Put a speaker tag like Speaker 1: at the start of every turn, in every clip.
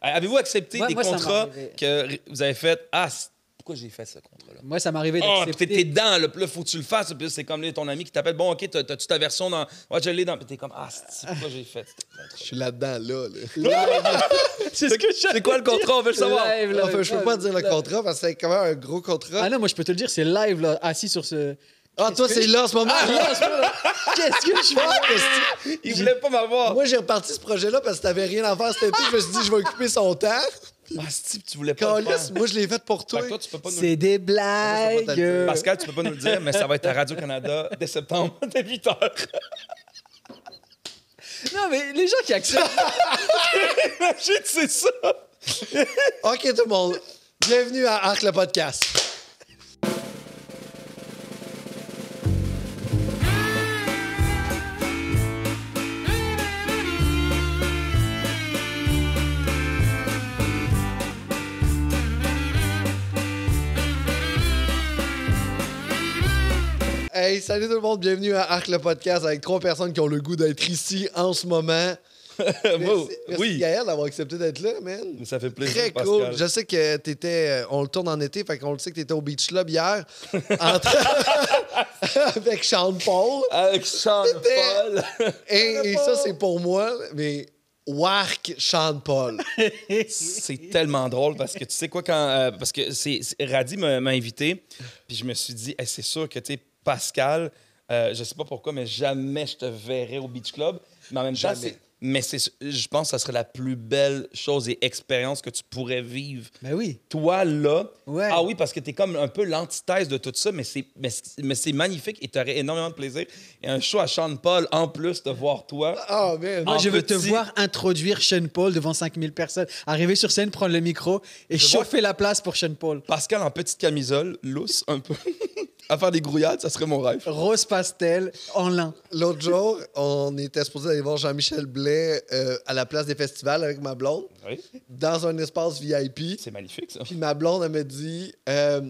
Speaker 1: Avez-vous accepté
Speaker 2: Moi-
Speaker 1: des
Speaker 2: moi, ça m'est
Speaker 1: contrats
Speaker 2: arrivé.
Speaker 1: que vous avez fait Ah, c'est- pourquoi j'ai fait ce contrat-là?
Speaker 2: Moi, ça m'arrivait
Speaker 1: Oh, puis t'es- t'es
Speaker 2: d'accepter.
Speaker 1: dedans, là, puis là, faut que tu le fasses. Puis là, c'est comme là, ton ami qui t'appelle, bon, OK, t'as- t'as-tu ta version dans. Ouais, je l'ai dans. Puis t'es comme, ah, c'est pourquoi j'ai fait. ce contrat-là?
Speaker 3: Je suis là-dedans, là. là.
Speaker 2: C'est ce que je
Speaker 1: C'est quoi le contrat? On veut le savoir.
Speaker 2: Live, là,
Speaker 3: Enfin, je peux
Speaker 2: live,
Speaker 3: pas dire le
Speaker 2: live.
Speaker 3: contrat parce que c'est quand même un gros contrat.
Speaker 2: Ah non, moi, je peux te le dire, c'est live, là, assis sur ce.
Speaker 3: Ah, toi,
Speaker 2: Qu'est-ce que-
Speaker 3: c'est là en ce moment.
Speaker 2: Là, en ce moment, là, Ah, Qu'est-ce que je fais?
Speaker 1: Il voulait pas m'avoir.
Speaker 3: Moi, j'ai reparti ce projet-là parce que t'avais rien à faire cet été. Je me suis dit, je vais occuper son temps.
Speaker 1: Ah, Steve, tu voulais pas. le
Speaker 3: Calice,
Speaker 1: faire.
Speaker 3: moi, je l'ai fait pour
Speaker 1: Fait
Speaker 3: toi.
Speaker 1: que toi, tu peux pas nous le
Speaker 2: C'est des blagues.
Speaker 3: Ça, ça va
Speaker 1: Pascal, tu peux pas nous le dire, mais ça va être à Radio-Canada dès septembre, dès 8 h.
Speaker 2: Non, mais les gens qui acceptent.
Speaker 1: Imagine, c'est ça.
Speaker 3: OK, tout le monde. Bienvenue à Arc le podcast. Hey, salut tout le monde, bienvenue à Arc le podcast avec trois personnes qui ont le goût d'être ici en ce moment.
Speaker 1: Wow,
Speaker 3: Merci, merci
Speaker 1: oui.
Speaker 3: Gaël d'avoir accepté d'être là, man.
Speaker 1: Ça fait plaisir.
Speaker 3: Très
Speaker 1: Pascal.
Speaker 3: cool. Je sais que tu étais. On le tourne en été, fait qu'on le sait que tu étais au Beach Club hier. en train- avec Sean Paul.
Speaker 1: Avec Sean
Speaker 3: C'était-
Speaker 1: Paul.
Speaker 3: Et, et ça, c'est pour moi, mais Wark Sean Paul.
Speaker 1: c'est tellement drôle parce que tu sais quoi, quand. euh, parce que c'est, c'est- Radi m'a, m'a invité, puis je me suis dit, Hey, c'est sûr que, tu sais, Pascal, euh, je sais pas pourquoi, mais jamais je te verrai au Beach Club. Mais en même
Speaker 3: Jamais.
Speaker 1: temps, c'est- mais c'est, je pense que ça serait la plus belle chose et expérience que tu pourrais vivre.
Speaker 2: Ben oui.
Speaker 1: Toi, là.
Speaker 2: Ouais.
Speaker 1: Ah oui, parce que t'es comme un peu l'antithèse de tout ça, mais c'est, mais, c'est- mais c'est magnifique et t'aurais énormément de plaisir. Et un show à Sean Paul, en plus de voir toi.
Speaker 3: Oh, man.
Speaker 2: Moi,
Speaker 1: En
Speaker 2: je veux te
Speaker 1: petit.
Speaker 2: voir introduire Sean Paul devant 5000 personnes, arriver sur scène, prendre le micro et
Speaker 1: Je
Speaker 2: chauffer la place pour Sean Paul.
Speaker 1: Pascal en petite camisole, lousse un peu, à faire des grouillades, ça serait mon rêve.
Speaker 2: Rose pastel en lin.
Speaker 3: L'autre jour, on était supposé aller voir Jean-Michel Blais euh, à la place des festivals avec ma blonde,
Speaker 1: Oui,
Speaker 3: dans un espace VIP.
Speaker 1: c'est magnifique, ça.
Speaker 3: Puis ma blonde, elle me dit euh,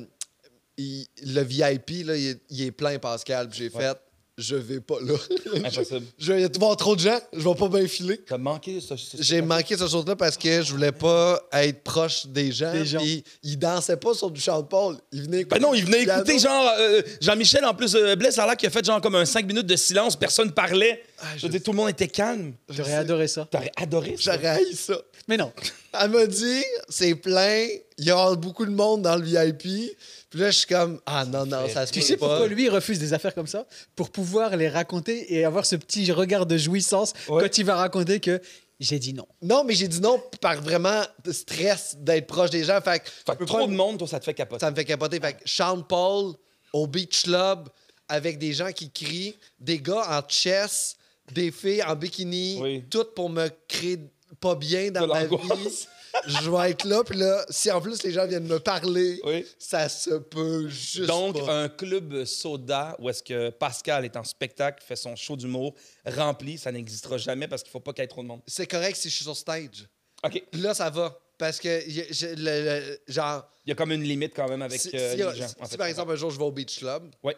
Speaker 3: il- le VIP, là, il est, il est plein, Pascal. Puis j'ai
Speaker 1: Ouais. Ah,
Speaker 3: fait je vais pas là.
Speaker 1: Eh Impossible.
Speaker 3: Je vais te voir trop de gens, je vais pas bien filer.
Speaker 1: T'as manqué ça. ça-
Speaker 3: J'ai manqué ce chose-là parce que je voulais pas être proche des gens.
Speaker 2: Des gens.
Speaker 3: Puis ils dansaient pas sur du Chant de Paul. Ils venaient écouter.
Speaker 1: Ben non, il venait
Speaker 3: du piano.
Speaker 1: écouter, genre, euh, Jean-Michel, en plus, euh, Blaise, ça a l'air qu'il a fait, genre, comme un 5 minutes de silence, personne parlait.
Speaker 3: Ah,
Speaker 1: je
Speaker 3: je-
Speaker 1: veux dire, tout le monde était calme.
Speaker 2: J'aurais adoré ça.
Speaker 1: T'aurais adoré ça.
Speaker 3: J'aurais haï ça.
Speaker 2: Mais non.
Speaker 3: Elle m'a dit, c'est plein, il y a beaucoup de monde dans le VIP. Puis là, je suis comme, ah non, non, ça se
Speaker 2: Tu
Speaker 3: peut
Speaker 2: sais
Speaker 3: pas.
Speaker 2: pourquoi lui il refuse des affaires comme ça Pour pouvoir les raconter et avoir ce petit regard de jouissance
Speaker 1: Ouais.
Speaker 2: quand il va raconter que j'ai dit non.
Speaker 3: Non, mais j'ai dit non par vraiment stress d'être proche des gens. Fait que,
Speaker 1: Fait que trop de monde, toi, ça te fait capoter.
Speaker 3: ça me fait capoter. Fait que Sean Paul au Beach Club avec des gens qui crient, des gars en chess, des filles en bikini,
Speaker 1: Oui.
Speaker 3: tout pour me créer pas bien dans
Speaker 1: De
Speaker 3: ma vie.
Speaker 1: l'angoisse.
Speaker 3: Je vais être là, puis là, si en plus les gens viennent me parler,
Speaker 1: Oui.
Speaker 3: ça se peut juste
Speaker 1: Donc,
Speaker 3: pas.
Speaker 1: un club soda où est-ce que Pascal est en spectacle, fait son show d'humour, rempli, ça n'existera jamais parce qu'il faut pas qu'il y ait trop de monde.
Speaker 3: C'est correct si je suis sur stage.
Speaker 1: OK.
Speaker 3: Là, ça va. Parce que, y a- j'ai- le- le- genre,
Speaker 1: Il y a comme une limite quand même avec
Speaker 3: si,
Speaker 1: euh,
Speaker 3: si-
Speaker 1: les gens.
Speaker 3: si-
Speaker 1: en
Speaker 3: si
Speaker 1: fait.
Speaker 3: par exemple un jour je vais au Beach Club,
Speaker 1: Ouais.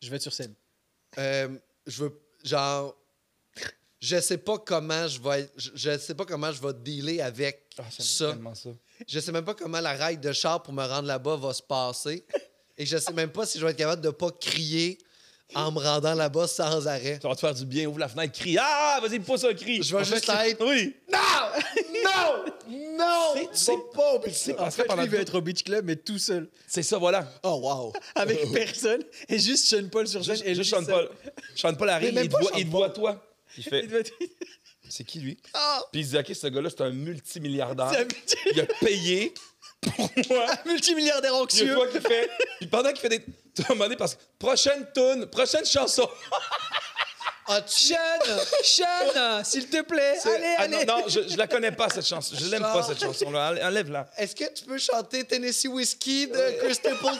Speaker 2: Je vais être sur scène.
Speaker 3: Euh, je veux genre je sais pas comment je vais être- je, je sais pas comment je vais dealer avec
Speaker 1: Ah, j'aime
Speaker 3: ça.
Speaker 1: tellement ça.
Speaker 3: Je sais même pas comment la ride de char pour me rendre là-bas va se passer et je sais même pas si je vais être capable de pas crier en me rendant là-bas sans arrêt.
Speaker 1: Tu vas te faire du bien, ouvre la fenêtre, crie. Ah, vas-y, pousse un cri.
Speaker 3: Je vais
Speaker 1: En
Speaker 3: juste
Speaker 1: fait,
Speaker 3: être-
Speaker 1: Oui.
Speaker 3: Non! Non! Non!
Speaker 1: C'est-
Speaker 3: Va pas au Beach Club.
Speaker 1: Parce que
Speaker 2: Après, lui,
Speaker 1: pendant
Speaker 2: il veut
Speaker 1: tout-
Speaker 2: être au beach club mais tout seul,
Speaker 1: C'est ça, voilà.
Speaker 3: Oh wow.
Speaker 2: avec personne et juste Sean Paul sur scène
Speaker 1: Juste,
Speaker 2: et lui
Speaker 1: juste Sean
Speaker 2: seul.
Speaker 1: Paul. Sean Paul arrive,
Speaker 3: Mais même
Speaker 1: il te
Speaker 3: pas
Speaker 1: voit,
Speaker 3: Sean
Speaker 1: il te voit toi. Il
Speaker 2: Il
Speaker 1: fait,
Speaker 2: doit être-
Speaker 1: c'est qui lui?
Speaker 3: Ah!
Speaker 1: Puis il se dit, OK, ce gars-là, c'est un
Speaker 2: C'est un
Speaker 1: multimilliardaire.
Speaker 2: multi-
Speaker 1: Il a payé pour moi.
Speaker 2: multimilliardaire
Speaker 1: Il y a
Speaker 2: anxieux.
Speaker 1: toi qui fait. Puis pendant qu'il fait des. Tu vas demander parce que prochaine tune, prochaine chanson.
Speaker 3: Ah, tu-
Speaker 2: Sean, Sean, s'il te plaît, allez,
Speaker 1: Ah,
Speaker 2: allez.
Speaker 1: Non, non, je, je la connais pas, cette chanson. Je l'aime pas, cette chanson-là. Enlè- Enlève-la.
Speaker 3: Est-ce que tu peux chanter Tennessee Whiskey de Chris Stapleton?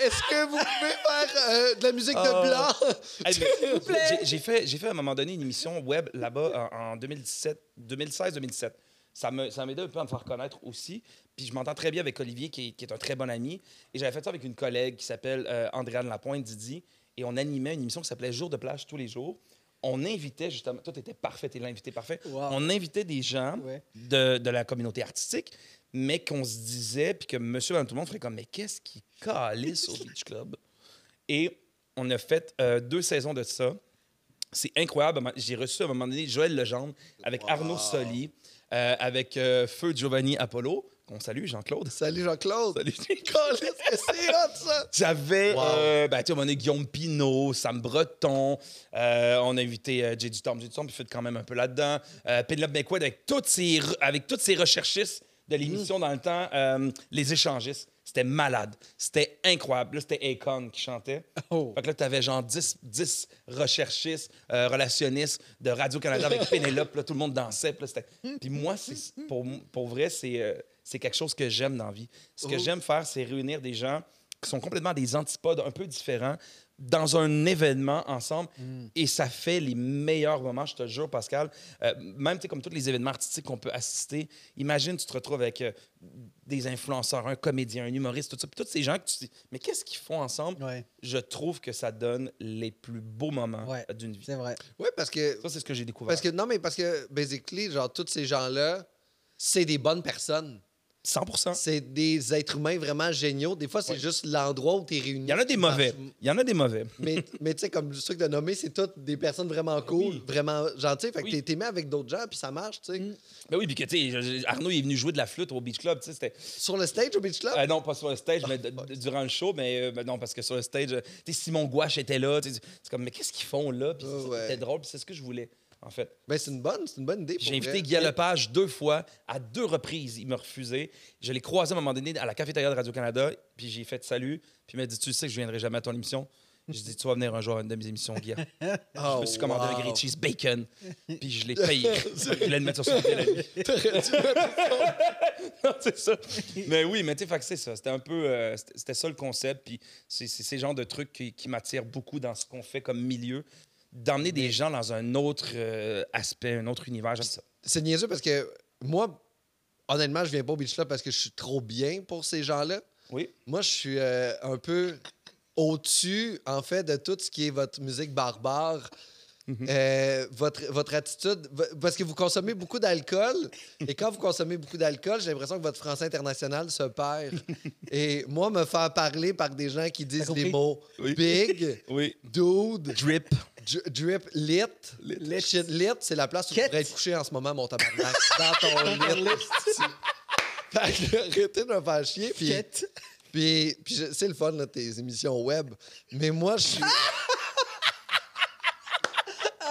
Speaker 3: Est-ce que vous pouvez faire euh, de la musique
Speaker 1: Ah.
Speaker 3: de blanc?
Speaker 1: Hey, mais
Speaker 2: plaît.
Speaker 1: j'ai- J'ai fait, j'ai fait à un moment donné une émission web là-bas en, en 2017, 2016-2017. Ça me- ça m'aidait un peu à me faire connaître aussi. Puis je m'entends très bien avec Olivier, qui est, qui est un très bon ami. Et j'avais fait ça avec une collègue qui s'appelle euh, Andréane Lapointe, Didi. Et on animait une émission qui s'appelait Jour de plage tous les jours. on invitait justement, toi, t'étais parfait, t'es l'invité parfait.
Speaker 2: Wow.
Speaker 1: On invitait des gens
Speaker 2: Ouais.
Speaker 1: de, de la communauté artistique, mais qu'on se disait, puis que monsieur, madame, tout le monde ferait comme, mais qu'est-ce qui calisse au Beach Club? Et on a fait euh, deux saisons de ça. C'est incroyable. J'ai reçu à un moment donné Joël Legendre avec Arnaud Soli, euh, avec euh, Feu Giovanni Apollo, qu'on salue, Jean-Claude.
Speaker 3: Salut Jean-Claude.
Speaker 1: Salut.
Speaker 3: Caliste, que c'est hot ça.
Speaker 1: J'avais,
Speaker 3: Wow.
Speaker 1: euh, ben, tu sais, on a eu Guillaume Pinault, Sam Breton, euh, on a invité euh, Jay Dutombe. Jay Dutombe, il fait quand même un peu là-dedans. Euh, Penelope McQuaid avec toutes ses, re- avec toutes ses recherchistes de l'émission
Speaker 3: Mm.
Speaker 1: dans le temps, euh, les échangistes. C'était malade. C'était incroyable. Là, c'était Akon qui chantait.
Speaker 2: Oh.
Speaker 1: Fait que là, t'avais genre 10, 10 recherchistes, euh, relationnistes de Radio-Canada avec Pénélope. Là, tout le monde dansait. Puis, là,
Speaker 3: Mm.
Speaker 1: c'était- puis moi, c'est- pour, pour vrai, c'est euh, c'est quelque chose que j'aime dans la vie. Ce que
Speaker 3: Oh.
Speaker 1: j'aime faire, c'est réunir des gens qui sont complètement des antipodes, un peu différents, dans un événement ensemble. Et ça fait les meilleurs moments, je te jure, Pascal. Euh, même, tu sais, comme tous les événements artistiques qu'on peut assister, imagine, tu te retrouves avec euh, des influenceurs, un comédien, un humoriste, tout ça. Puis tous ces gens que tu te dis, mais qu'est-ce qu'ils font ensemble?
Speaker 2: Ouais,
Speaker 1: je trouve que ça donne les plus beaux moments euh,
Speaker 2: Ouais.
Speaker 1: d'une vie.
Speaker 2: c'est vrai.
Speaker 3: Ouais, parce que
Speaker 1: Ça, c'est ce que j'ai découvert.
Speaker 3: parce que non mais parce que basically genre tous ces gens-là, c'est des bonnes personnes.
Speaker 1: 100
Speaker 3: C'est des êtres humains vraiment géniaux. Des fois, c'est
Speaker 1: Ouais.
Speaker 3: juste l'endroit où tu es réuni.
Speaker 1: Il y en a des mauvais. Il y en a des mauvais.
Speaker 3: Mais, mais tu sais, comme ceux que tu as nommés, c'est toutes des personnes vraiment cool, vraiment gentilles. Fait que
Speaker 1: Oui.
Speaker 3: t'es- t'es mis avec d'autres gens, puis ça marche, tu sais.
Speaker 1: Ben oui, puis que, tu sais, je- je- Arnaud, il est venu jouer de la flûte au Beach Club, tu sais, c'était...
Speaker 3: Sur le stage au Beach Club,
Speaker 1: Euh, non, pas sur le stage, mais d- d- durant le show, mais euh, ben non, parce que sur le stage, euh, tu sais, Simon Gouache était là, tu sais, c'est comme, mais qu'est-ce qu'ils font là? Puis
Speaker 3: Ouais,
Speaker 1: c'est-
Speaker 3: ouais.
Speaker 1: c'était drôle, puis c'est ce que je voulais, en fait.
Speaker 3: ben, c'est une bonne, c'est une bonne idée. pour
Speaker 1: J'ai invité
Speaker 3: vrai.
Speaker 1: Guy Lepage deux fois, à deux reprises, il m'a refusé. Je l'ai croisé à un moment donné à la cafétéria de Radio-Canada, puis j'ai fait salut, puis il m'a dit Tu sais que je viendrai jamais à ton émission. J'ai dit Tu vas venir un jour à une de mes émissions, Guy.
Speaker 3: Oh,
Speaker 1: je me suis commandé un
Speaker 3: wow.
Speaker 1: grilled cheese bacon, puis je l'ai payé. je voulais le mettre sur son pied la nuit. Non, c'est ça. Mais oui, mais tu sais, fait que c'est ça. C'était un peu. euh, c'était- c'était ça le concept, puis c'est c'est ces genres de trucs qui, qui m'attirent beaucoup dans ce qu'on fait comme milieu, d'emmener des gens dans un autre euh, aspect, un autre univers, j'aime ça.
Speaker 3: C'est niaiseux parce que moi, honnêtement, je viens pas au Beach Club parce que je suis trop bien pour ces gens-là.
Speaker 1: Oui.
Speaker 3: Moi, je suis euh, un peu au-dessus, en fait, de tout ce qui est votre musique barbare. Euh, votre, votre attitude, v- parce que vous consommez beaucoup d'alcool, et quand vous consommez beaucoup d'alcool, j'ai l'impression que votre français international se perd. Et moi, me faire parler par des gens qui disent
Speaker 2: compris?
Speaker 3: les mots
Speaker 1: Oui.
Speaker 3: big,
Speaker 1: Oui.
Speaker 3: dude,
Speaker 1: Drip.
Speaker 3: dri- drip, lit, shit lit, c'est la place où tu
Speaker 2: Ket.
Speaker 3: pourrais être couché en ce moment, mon tabarnak, dans ton lit. Fait que arrêtez de me faire chier, puis
Speaker 2: Quête.
Speaker 3: puis, puis je- c'est le fun, là, tes émissions web. Mais moi, je suis.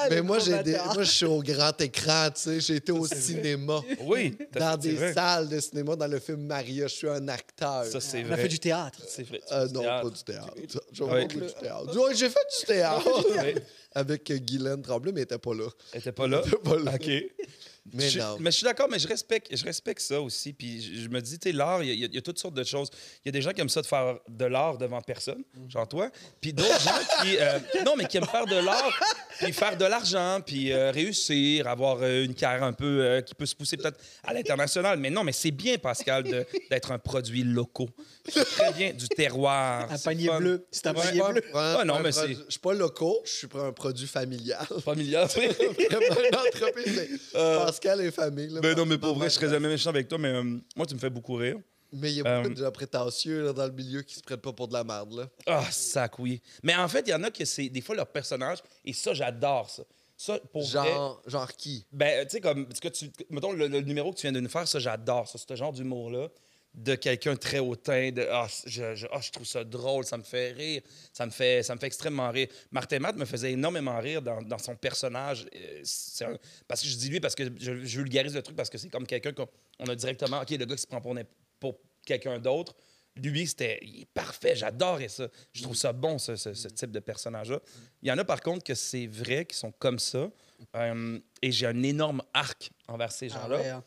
Speaker 1: Ah,
Speaker 3: mais
Speaker 2: Ah, le
Speaker 3: moi,
Speaker 2: gros
Speaker 3: j'ai des-
Speaker 2: bâtard.
Speaker 3: moi, je suis au grand écran, tu sais. J'ai été au cinéma.
Speaker 1: Oui. t'as-
Speaker 3: Dans
Speaker 1: c'est
Speaker 3: des
Speaker 1: vrai.
Speaker 3: salles de cinéma, dans le film Maria, je suis un acteur.
Speaker 1: Ça, c'est
Speaker 2: On a
Speaker 1: vrai.
Speaker 2: fait du théâtre.
Speaker 1: C'est vrai.
Speaker 3: Euh,
Speaker 1: Du
Speaker 3: non,
Speaker 1: théâtre.
Speaker 3: pas du théâtre. J'ai
Speaker 1: Ouais.
Speaker 3: pas fait du théâtre. Ouais, j'ai fait du théâtre.
Speaker 1: Ouais.
Speaker 3: Avec euh, Guylaine Tremblay, mais elle était pas là.
Speaker 1: Elle était pas là.
Speaker 3: Elle était pas là.
Speaker 1: OK.
Speaker 3: Mais
Speaker 1: je,
Speaker 3: non.
Speaker 1: mais je suis d'accord, mais je respecte, je respecte ça aussi. Puis je, je me dis, tu sais, l'art, il y, a- il y a toutes sortes de choses. Il y a des gens qui aiment ça de faire de l'art devant personne,
Speaker 3: Mhm.
Speaker 1: genre toi. Puis d'autres gens qui. euh, non, mais qui aiment faire de l'art, puis faire de l'argent, puis euh, réussir, avoir euh, une carrière un peu euh, qui peut se pousser peut-être à l'international. Mais non, mais c'est bien, Pascal, de- d'être un produit locaux. C'est très bien, du terroir.
Speaker 2: Un
Speaker 1: c'est
Speaker 2: panier
Speaker 1: fun.
Speaker 2: bleu. C'est un
Speaker 1: Ouais.
Speaker 2: panier bleu.
Speaker 1: Ah non,
Speaker 3: Un
Speaker 1: mais
Speaker 3: produ-
Speaker 1: c'est-
Speaker 3: Je suis pas loco, je suis pas un produit familial.
Speaker 1: Familial, oui.
Speaker 3: Vraiment, une entreprise, mais
Speaker 1: Euh.
Speaker 3: Pascal et famille. là,
Speaker 1: Ben
Speaker 3: ma-
Speaker 1: non, mais pour
Speaker 3: ma
Speaker 1: vrai,
Speaker 3: mère-
Speaker 1: je serais jamais méchant avec toi, mais euh, moi, tu me fais beaucoup rire.
Speaker 3: Mais il y a beaucoup
Speaker 1: Euh,
Speaker 3: de gens prétentieux là, dans le milieu qui se prêtent pas pour de la merde. Là.
Speaker 1: Ah, sac, oui. Mais en fait, il y en a que c'est des fois leur personnage, et ça, j'adore ça. Ça, pour vrai,
Speaker 3: Genre, genre qui?
Speaker 1: ben, tu sais, comme, ce que tu, mettons, le, le numéro que tu viens de nous faire, ça, j'adore ça, ce genre d'humour-là, de quelqu'un très hautain, de, ah, c- je, je- ah, je trouve ça drôle, ça me fait rire, ça me fait, ça me fait extrêmement rire. Martin Matt me faisait énormément rire dans, dans son personnage. euh, c'est un- parce que je dis lui, parce que je, je vulgarise le truc, parce que c'est comme quelqu'un qu'on on a directement, OK, le gars qui se prend pour, n'im- pour quelqu'un d'autre, lui, c'était il est parfait. J'adorais ça. Je trouve ça bon, ce, ce- ce type de personnage-là. Il y en a, par contre, que c'est vrai, qui sont comme ça. Euh, et j'ai un énorme arc envers ces
Speaker 2: Ah
Speaker 1: gens-là
Speaker 2: ouais, hein.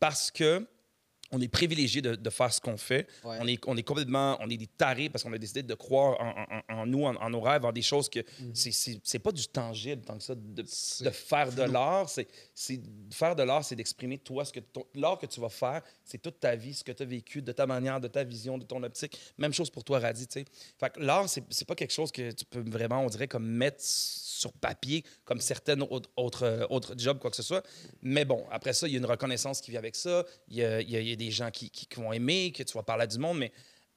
Speaker 1: parce que on est privilégié de, de faire ce qu'on fait.
Speaker 2: Ouais.
Speaker 1: On, est, on est complètement, on est des tarés parce qu'on a décidé de croire en, en- en- en nous, en, en nos rêves, en des choses que c'est- c'est c'est pas du tangible tant que ça. De,
Speaker 3: C'est
Speaker 1: de faire de l'art, c'est c'est- faire de l'art, c'est d'exprimer toi ce que ton- l'art que tu vas faire, c'est toute ta vie, ce que tu as vécu, de ta manière, de ta vision, de ton optique. Même chose pour toi, Radi. tu sais. Fait que l'art, c'est c'est pas quelque chose que tu peux vraiment, on dirait, comme mettre sur papier, comme certaines autres, autres, autres jobs, quoi que ce soit. Mais bon, après ça, il y a une reconnaissance qui vient avec ça. Il y a, il y a- il y a des gens qui, qui- qui vont aimer, que tu vas parler à du monde, mais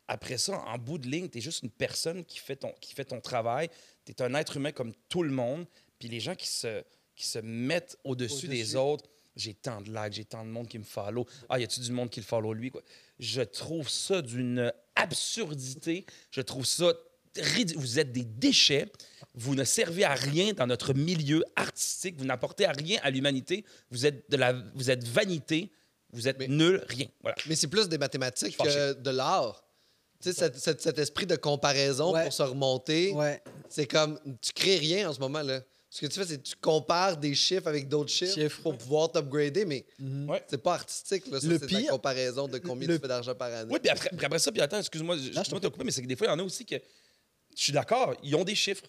Speaker 1: après ça, en bout de ligne, tu es juste une personne qui fait ton, qui fait ton travail. Tu es un être humain comme tout le monde. Puis les gens qui se, qui se mettent au-dessus des
Speaker 3: Au-dessus.
Speaker 1: autres, j'ai tant de likes, j'ai tant de monde qui me follow. Ah, y a-tu du monde qui le follow lui? Quoi? Je trouve ça d'une absurdité. Je trouve ça. ridi- Vous êtes des déchets. Vous ne servez à rien dans notre milieu artistique. Vous n'apportez à rien à l'humanité. Vous êtes de la, vous êtes vanité. Vous êtes
Speaker 3: Mais-
Speaker 1: nul, rien. Voilà.
Speaker 3: Mais c'est plus des mathématiques
Speaker 1: Je suis
Speaker 3: que de l'art. Tu sais, cet, cet- cet esprit de comparaison
Speaker 2: Ouais.
Speaker 3: pour se remonter,
Speaker 2: Ouais.
Speaker 3: c'est comme tu crées rien en ce moment là. Ce que tu fais, c'est que tu compares des chiffres avec d'autres chiffres
Speaker 2: Chiffres,
Speaker 3: pour pouvoir t'upgrader, mais
Speaker 2: Mhm.
Speaker 1: Ouais.
Speaker 3: c'est pas artistique. Là. Ça,
Speaker 2: Le
Speaker 3: c'est de la
Speaker 2: pire-
Speaker 3: comparaison de combien
Speaker 2: le-
Speaker 3: tu fais d'argent par année.
Speaker 1: Oui, puis après, puis après ça, puis attends, excuse-moi, je-
Speaker 2: t'en
Speaker 1: je te coupé, mais c'est que des fois, il y en a aussi que. Je suis d'accord, ils ont des chiffres.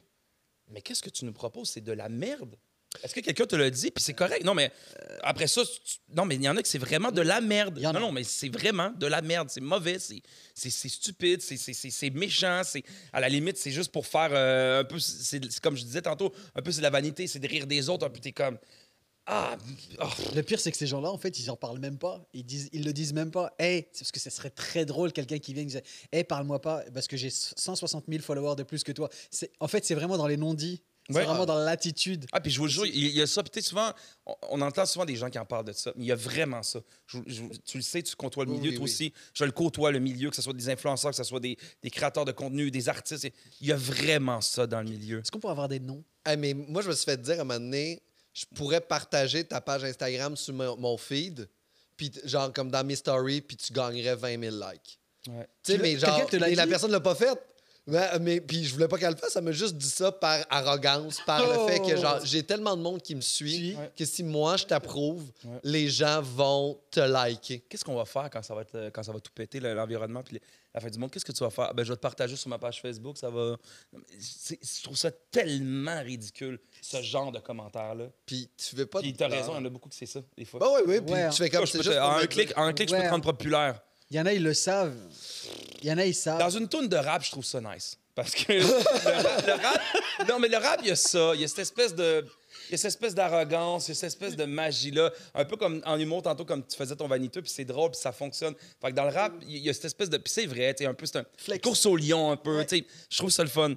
Speaker 1: Mais qu'est-ce que tu nous proposes? C'est de la merde. Est-ce que quelqu'un te l'a dit? Puis c'est correct. Non, mais après ça, tu- non, mais il y en a que c'est vraiment de la merde.
Speaker 2: Il y en
Speaker 1: Non,
Speaker 2: a.
Speaker 1: non, mais c'est vraiment de la merde. C'est mauvais, c'est c'est- c'est stupide, c'est- c'est- c'est c'est méchant. c'est À la limite, c'est juste pour faire euh, un peu. C'est c'est comme je disais tantôt, un peu c'est de la vanité, c'est de rire des autres. Puis t'es comme. Ah! oh,
Speaker 2: Le pire, c'est que ces gens-là, en fait, ils en parlent même pas. Ils, disent, ils le disent même pas. Hey, c'est parce que ce serait très drôle, quelqu'un qui vient et qui dit Hey, parle-moi pas, parce que j'ai 160 000 followers de plus que toi. C'est- En fait, c'est vraiment dans les non-dits. C'est
Speaker 1: Ouais.
Speaker 2: vraiment dans l'attitude.
Speaker 1: Ah, puis je vous le jure, il il y a ça. Puis tu sais, souvent, on, on entend souvent des gens qui en parlent de ça. Mais il y a vraiment ça. Je vous- je vous- tu le sais, tu côtoies le
Speaker 3: Oui,
Speaker 1: milieu,
Speaker 3: oui,
Speaker 1: toi
Speaker 3: oui.
Speaker 1: aussi. Je le côtoie, le milieu, que ce soit des influenceurs, que ce soit des, des créateurs de contenu, des artistes. Il y a vraiment ça dans le milieu.
Speaker 2: Est-ce qu'on pourrait avoir des noms
Speaker 3: Ah, mais moi, je me suis fait dire à un moment donné, je pourrais partager ta page Instagram sur mon, mon feed, puis t- genre comme dans mes stories, puis tu gagnerais 20 000 likes.
Speaker 1: Ouais.
Speaker 3: Tu sais,
Speaker 2: Tu
Speaker 3: mais
Speaker 2: l'as- quelqu'un
Speaker 3: genre,
Speaker 2: te l'a
Speaker 3: mais la
Speaker 2: dit?
Speaker 3: personne l'a pas faite. Ben, mais puis je voulais pas qu'elle le fasse, elle m'a juste dit ça par arrogance, par
Speaker 2: Oh!
Speaker 3: le fait que genre j'ai tellement de monde qui me suit
Speaker 2: Suis.
Speaker 1: Ouais.
Speaker 3: que si moi je t'approuve,
Speaker 1: Ouais.
Speaker 3: les gens vont te liker.
Speaker 1: Qu'est-ce qu'on va faire quand ça va, être, euh, quand ça va tout péter, le- l'environnement, puis le- la fin du monde? Qu'est-ce que tu vas faire? Ben, je vais te partager sur ma page Facebook. Ça va. Non, mais c'est- Je trouve ça tellement ridicule, ce genre de commentaires-là.
Speaker 3: Puis tu veux pas
Speaker 1: Puis
Speaker 3: de-
Speaker 1: t'as raison, il y en a beaucoup que c'est ça, des fois.
Speaker 3: Ben oui, oui, puis
Speaker 2: Ouais, hein.
Speaker 3: tu fais comme
Speaker 1: Je peux
Speaker 3: c'est
Speaker 1: te-
Speaker 3: juste
Speaker 1: en,
Speaker 3: pour
Speaker 1: un
Speaker 3: me-
Speaker 1: clic, en un clic, je
Speaker 2: Ouais.
Speaker 1: peux te rendre populaire.
Speaker 2: Il y en a, ils le savent. Il y en a, ils savent.
Speaker 1: Dans une toune de rap, je trouve ça nice. Parce que le, rap- le rap, non mais le rap, il y a ça, il y a cette espèce de, il y a cette espèce d'arrogance, il y a cette espèce de magie là, un peu comme en humour tantôt comme tu faisais ton vaniteux puis c'est drôle puis ça fonctionne. Fait que dans le rap, il y a cette espèce de, puis c'est vrai, tu sais, un peu c'est un
Speaker 2: Flex.
Speaker 1: course au lion un peu, tu sais, je trouve ça le fun.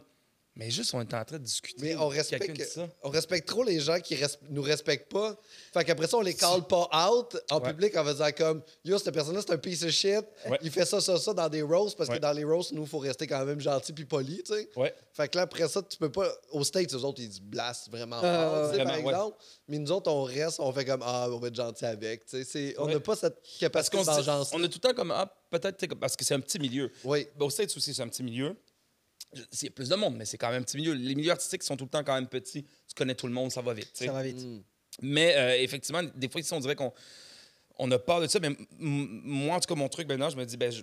Speaker 1: Mais juste on est en train de discuter.
Speaker 3: Mais on
Speaker 1: Quelqu'un
Speaker 3: respecte,
Speaker 1: dit ça.
Speaker 3: on respecte trop les gens qui res- nous respectent pas. Fait qu'après ça, on les call pas out en
Speaker 1: Ouais.
Speaker 3: public en faisant comme Yo, cette personne-là, c'est un piece of shit.
Speaker 1: Ouais.
Speaker 3: Il fait ça, ça, ça dans des roasts parce
Speaker 1: Ouais.
Speaker 3: que dans les roasts, nous, faut rester quand même gentil puis poli, tu sais.
Speaker 1: Ouais.
Speaker 3: Fait que là, après ça, tu peux pas. Aux States, eux autres, ils se blastent vraiment fort,
Speaker 2: Euh,
Speaker 3: tu sais, par
Speaker 1: Vraiment, ouais.
Speaker 3: exemple. Mais nous autres, on reste, on fait comme Ah, on va être gentil avec. tu sais. C'est- On
Speaker 1: Ouais.
Speaker 3: n'a pas cette
Speaker 1: Parce
Speaker 3: capacité
Speaker 1: qu'on
Speaker 3: de
Speaker 1: se dit-
Speaker 3: vengeance.
Speaker 1: on est tout le temps comme ah peut-être tu sais, parce que c'est un petit milieu.
Speaker 3: Oui.
Speaker 1: Ben, Aux States aussi, c'est un petit milieu. Je- C'est plus de monde, mais c'est quand même un petit milieu. Les milieux artistiques sont tout le temps quand même petits. Tu connais tout le monde, ça va vite. tu sais.
Speaker 2: Ça va vite.
Speaker 1: Mais euh, effectivement, des fois, ici, on dirait qu'on on a peur de ça. Mais m- m- moi, en tout cas, mon truc maintenant, je me dis, ben, je,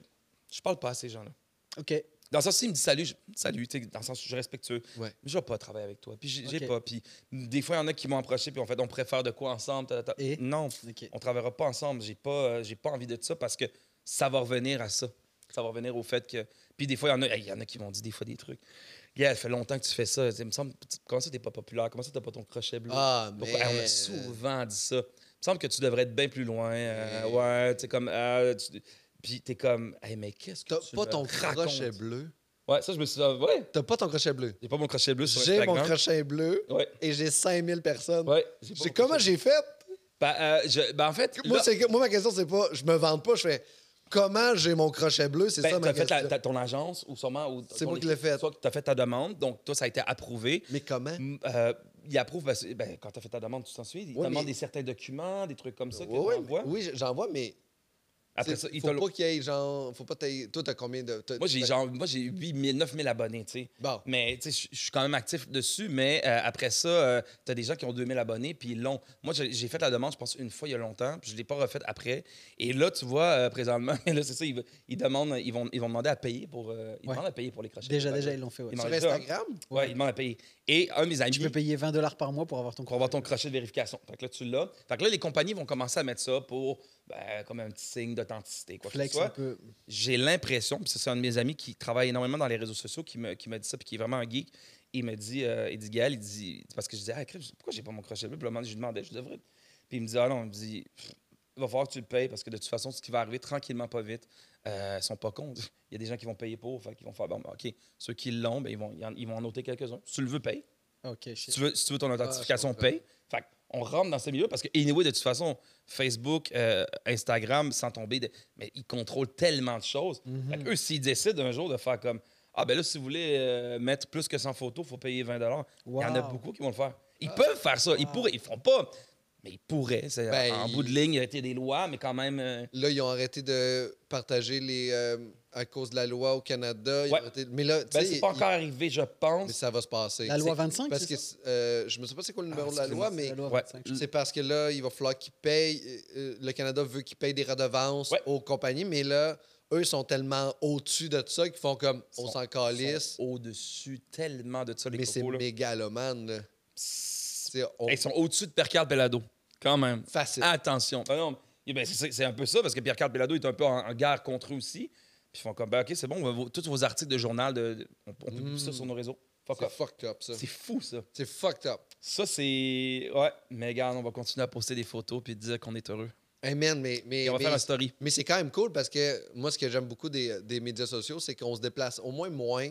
Speaker 1: je parle pas à ces gens-là.
Speaker 2: Ok.
Speaker 1: Dans le sens, s'ils me disent salut, je- salut, tu sais, dans le sens, je suis respectueux.
Speaker 3: Ouais.
Speaker 1: Mais je vais pas travailler avec toi. Puis j'ai j'ai
Speaker 2: Ok.
Speaker 1: pas. Puis des fois, il y en a qui m'ont approché, puis en fait, on préfère de quoi ensemble. ta, ta, ta.
Speaker 2: Et?
Speaker 1: Non,
Speaker 2: Ok.
Speaker 1: on travaillera pas ensemble. J'ai pas, euh, j'ai pas envie de ça parce que ça va revenir à ça. Ça va revenir au fait que. Puis des fois, il y en a, hey, il y en a qui m'ont dit des fois des trucs. Gars, ça fait longtemps que tu fais ça. Il me semble, comment ça, t'es pas populaire? Comment ça, t'as pas ton crochet bleu?
Speaker 3: Ah, mais.
Speaker 1: Pourquoi- Ah, on m'a souvent dit ça. Il me semble que tu devrais être bien plus loin. euh, ouais, tu sais, comme. ah, tu- Puis t'es comme, hey, mais qu'est-ce que
Speaker 3: T'as
Speaker 1: tu
Speaker 3: pas
Speaker 1: me
Speaker 3: ton
Speaker 1: racontes?
Speaker 3: crochet bleu.
Speaker 1: Ouais, ça, je me suis dit, ah, ouais,
Speaker 3: T'as pas ton crochet bleu.
Speaker 1: j'ai pas mon crochet bleu sur
Speaker 3: J'ai
Speaker 1: Instagram.
Speaker 3: mon crochet bleu
Speaker 1: Ouais,
Speaker 3: et j'ai 5000 personnes.
Speaker 1: ouais. j'ai pas
Speaker 3: C'est
Speaker 1: mon
Speaker 3: comment
Speaker 1: crochet-
Speaker 3: j'ai fait?
Speaker 1: Ben, euh, je- ben, en fait,
Speaker 3: Moi,
Speaker 1: là,
Speaker 3: c'est que- moi, ma question, c'est pas je me vante pas, je fais comment j'ai mon crochet bleu, c'est
Speaker 1: ben,
Speaker 3: ça ma
Speaker 1: t'as fait
Speaker 3: question.
Speaker 1: ta- ta- ton agence ou sûrement. ou
Speaker 3: C'est
Speaker 1: ton
Speaker 3: moi qui l'ai
Speaker 1: équipe,
Speaker 3: fait.
Speaker 1: Soit que t'as fait ta demande, donc toi, ça a été approuvé.
Speaker 3: Mais comment?
Speaker 1: Mm, euh, il approuve parce que ben, quand t'as fait ta demande, tu t'en souviens, il te
Speaker 3: Ouais,
Speaker 1: demande
Speaker 3: mais-
Speaker 1: des certains documents, des trucs comme ça que
Speaker 3: Oui, oui,
Speaker 1: t'envoies.
Speaker 3: oui, j'en vois, mais
Speaker 1: Après
Speaker 3: C'est-
Speaker 1: ça, ils te
Speaker 3: faut
Speaker 1: le-
Speaker 3: pas ben qu'il y ait genre. Faut pas t'aies- Toi, t'as combien de. t'as-
Speaker 1: Moi, j'ai
Speaker 3: t'as-
Speaker 1: genre, moi, j'ai 8 000, 9 000 abonnés, tu sais.
Speaker 3: Bon.
Speaker 1: Mais tu sais, je- je suis quand même actif dessus, mais euh, après ça, euh, t'as des gens qui ont 2000 abonnés, puis ils l'ont. Moi, j'ai j'ai fait la demande, je pense, une fois il y a longtemps, puis je l'ai pas refaite après. Et là, tu vois, euh, présentement, là, c'est ça, ils, ve- ils demandent, ils vont, ils vont demander à payer pour, euh, ils
Speaker 2: Ouais.
Speaker 1: demandent à payer pour les crochets.
Speaker 2: Déjà, déjà, ils l'ont fait. ouais.
Speaker 1: Ils m'ont-
Speaker 3: Sur
Speaker 1: Ouais, ça.
Speaker 3: Instagram?
Speaker 1: Ouais, ils demandent à payer. Et un de mes amis,
Speaker 2: Tu peux payer 20 dollars par mois pour avoir ton
Speaker 1: pour avoir ton crochet de vérification. Fait que là, tu l'as. Fait que là, les compagnies vont commencer à mettre ça pour, ben, comme un petit signe d'authenticité, quoi que ce
Speaker 2: flex hein.
Speaker 1: soit
Speaker 2: un peu.
Speaker 1: j'ai l'impression, puis ça, c'est un de mes amis qui travaille énormément dans les réseaux sociaux qui me, qui me dit ça, puis qui est vraiment un geek. Il me dit, euh, il dit, Gaël, il dit, parce que je dis, ah, crème, pourquoi j'ai pas mon crochet bleu? Puis là, un moment donné, je lui demandais, je devrais. Puis il me dit, ah non, il me dit, Pff, il va falloir que tu le payes parce que de toute façon, ce qui va arriver tranquillement, pas vite, euh, ils sont pas cons. Il y a des gens qui vont payer pour, fait qu'ils vont faire, bon, ben, OK, ceux qui l'ont, ben, ils, vont, ils en- ils vont en noter quelques-uns. Si tu le veux, paye.
Speaker 2: Ok,
Speaker 1: Si
Speaker 2: shit.
Speaker 1: tu veux, si tu veux ton authentification,
Speaker 3: Ah, je comprends.
Speaker 1: paye. Fait on rentre dans ce milieu parce que, anyway, de toute façon, Facebook, euh, Instagram, sans tomber, de- mais ils contrôlent tellement de choses.
Speaker 3: Mhm.
Speaker 1: Fait que eux, s'ils décident un jour de faire comme Ah, ben là, si vous voulez euh, mettre plus que 100 photos, il faut payer 20 Il y en a
Speaker 2: Wow.
Speaker 1: beaucoup qui vont le faire. Ils
Speaker 3: Ah,
Speaker 1: peuvent faire ça. Ils pourraient. Ils font pas. Mais ils pourraient. C'est-
Speaker 3: Ben,
Speaker 1: en
Speaker 3: ils-
Speaker 1: bout de ligne, il y a été des lois, mais quand même. euh,
Speaker 3: Là, ils ont arrêté de partager les. euh, à cause de la loi au Canada. ils ont
Speaker 1: Ouais.
Speaker 3: arrêté- Mais là, tu
Speaker 1: ben,
Speaker 3: sais,
Speaker 1: c'est pas
Speaker 3: ils-
Speaker 1: encore arrivé, je
Speaker 3: mais
Speaker 1: pense.
Speaker 3: ça va se passer.
Speaker 2: La loi
Speaker 3: C'est-
Speaker 2: 25,
Speaker 3: Parce
Speaker 2: c'est Ah,
Speaker 3: que c'est- euh, je me sais pas c'est quoi le numéro de la
Speaker 1: Ah, excuse-moi,
Speaker 3: loi,
Speaker 1: c'est
Speaker 3: mais
Speaker 2: La loi
Speaker 1: Ouais.
Speaker 2: 25.
Speaker 3: c'est parce que là, il va falloir qu'ils payent. euh, euh, Le Canada veut qu'ils payent des redevances
Speaker 1: Ouais.
Speaker 3: aux compagnies, mais là, eux sont tellement au-dessus de ça qu'ils font comme on
Speaker 1: Sont-
Speaker 3: s'en
Speaker 1: Ils
Speaker 3: calisse,
Speaker 1: sont Au-dessus tellement de ça, les
Speaker 3: mais c'est
Speaker 1: cocos, là.
Speaker 3: mégalomane. là.
Speaker 1: Psst.
Speaker 3: C'est- on-
Speaker 1: Ils sont au-dessus de Percard Bellado, quand même.
Speaker 3: Facile.
Speaker 1: Attention. Ben non, eh ben, c'est c'est un peu ça, parce que Pierre-Carl Bellado est un peu en, en guerre contre eux aussi. Puis ils font comme, ben, OK, c'est bon, on va- vos- tous vos articles de journal, de, de- on, on publie ça sur nos réseaux. Fuck
Speaker 3: Mm. C'est
Speaker 1: off.
Speaker 3: fucked up, ça.
Speaker 1: C'est fou, ça.
Speaker 3: C'est fucked up.
Speaker 1: Ça, c'est. Ouais, mais regarde, on va continuer à poster des photos puis dire qu'on est heureux.
Speaker 3: Hey man, mais, mais,
Speaker 1: Et on va
Speaker 3: mais-
Speaker 1: faire un story.
Speaker 3: mais c'est quand même cool parce que moi, ce que j'aime beaucoup des, des médias sociaux, c'est qu'on se déplace au moins moins.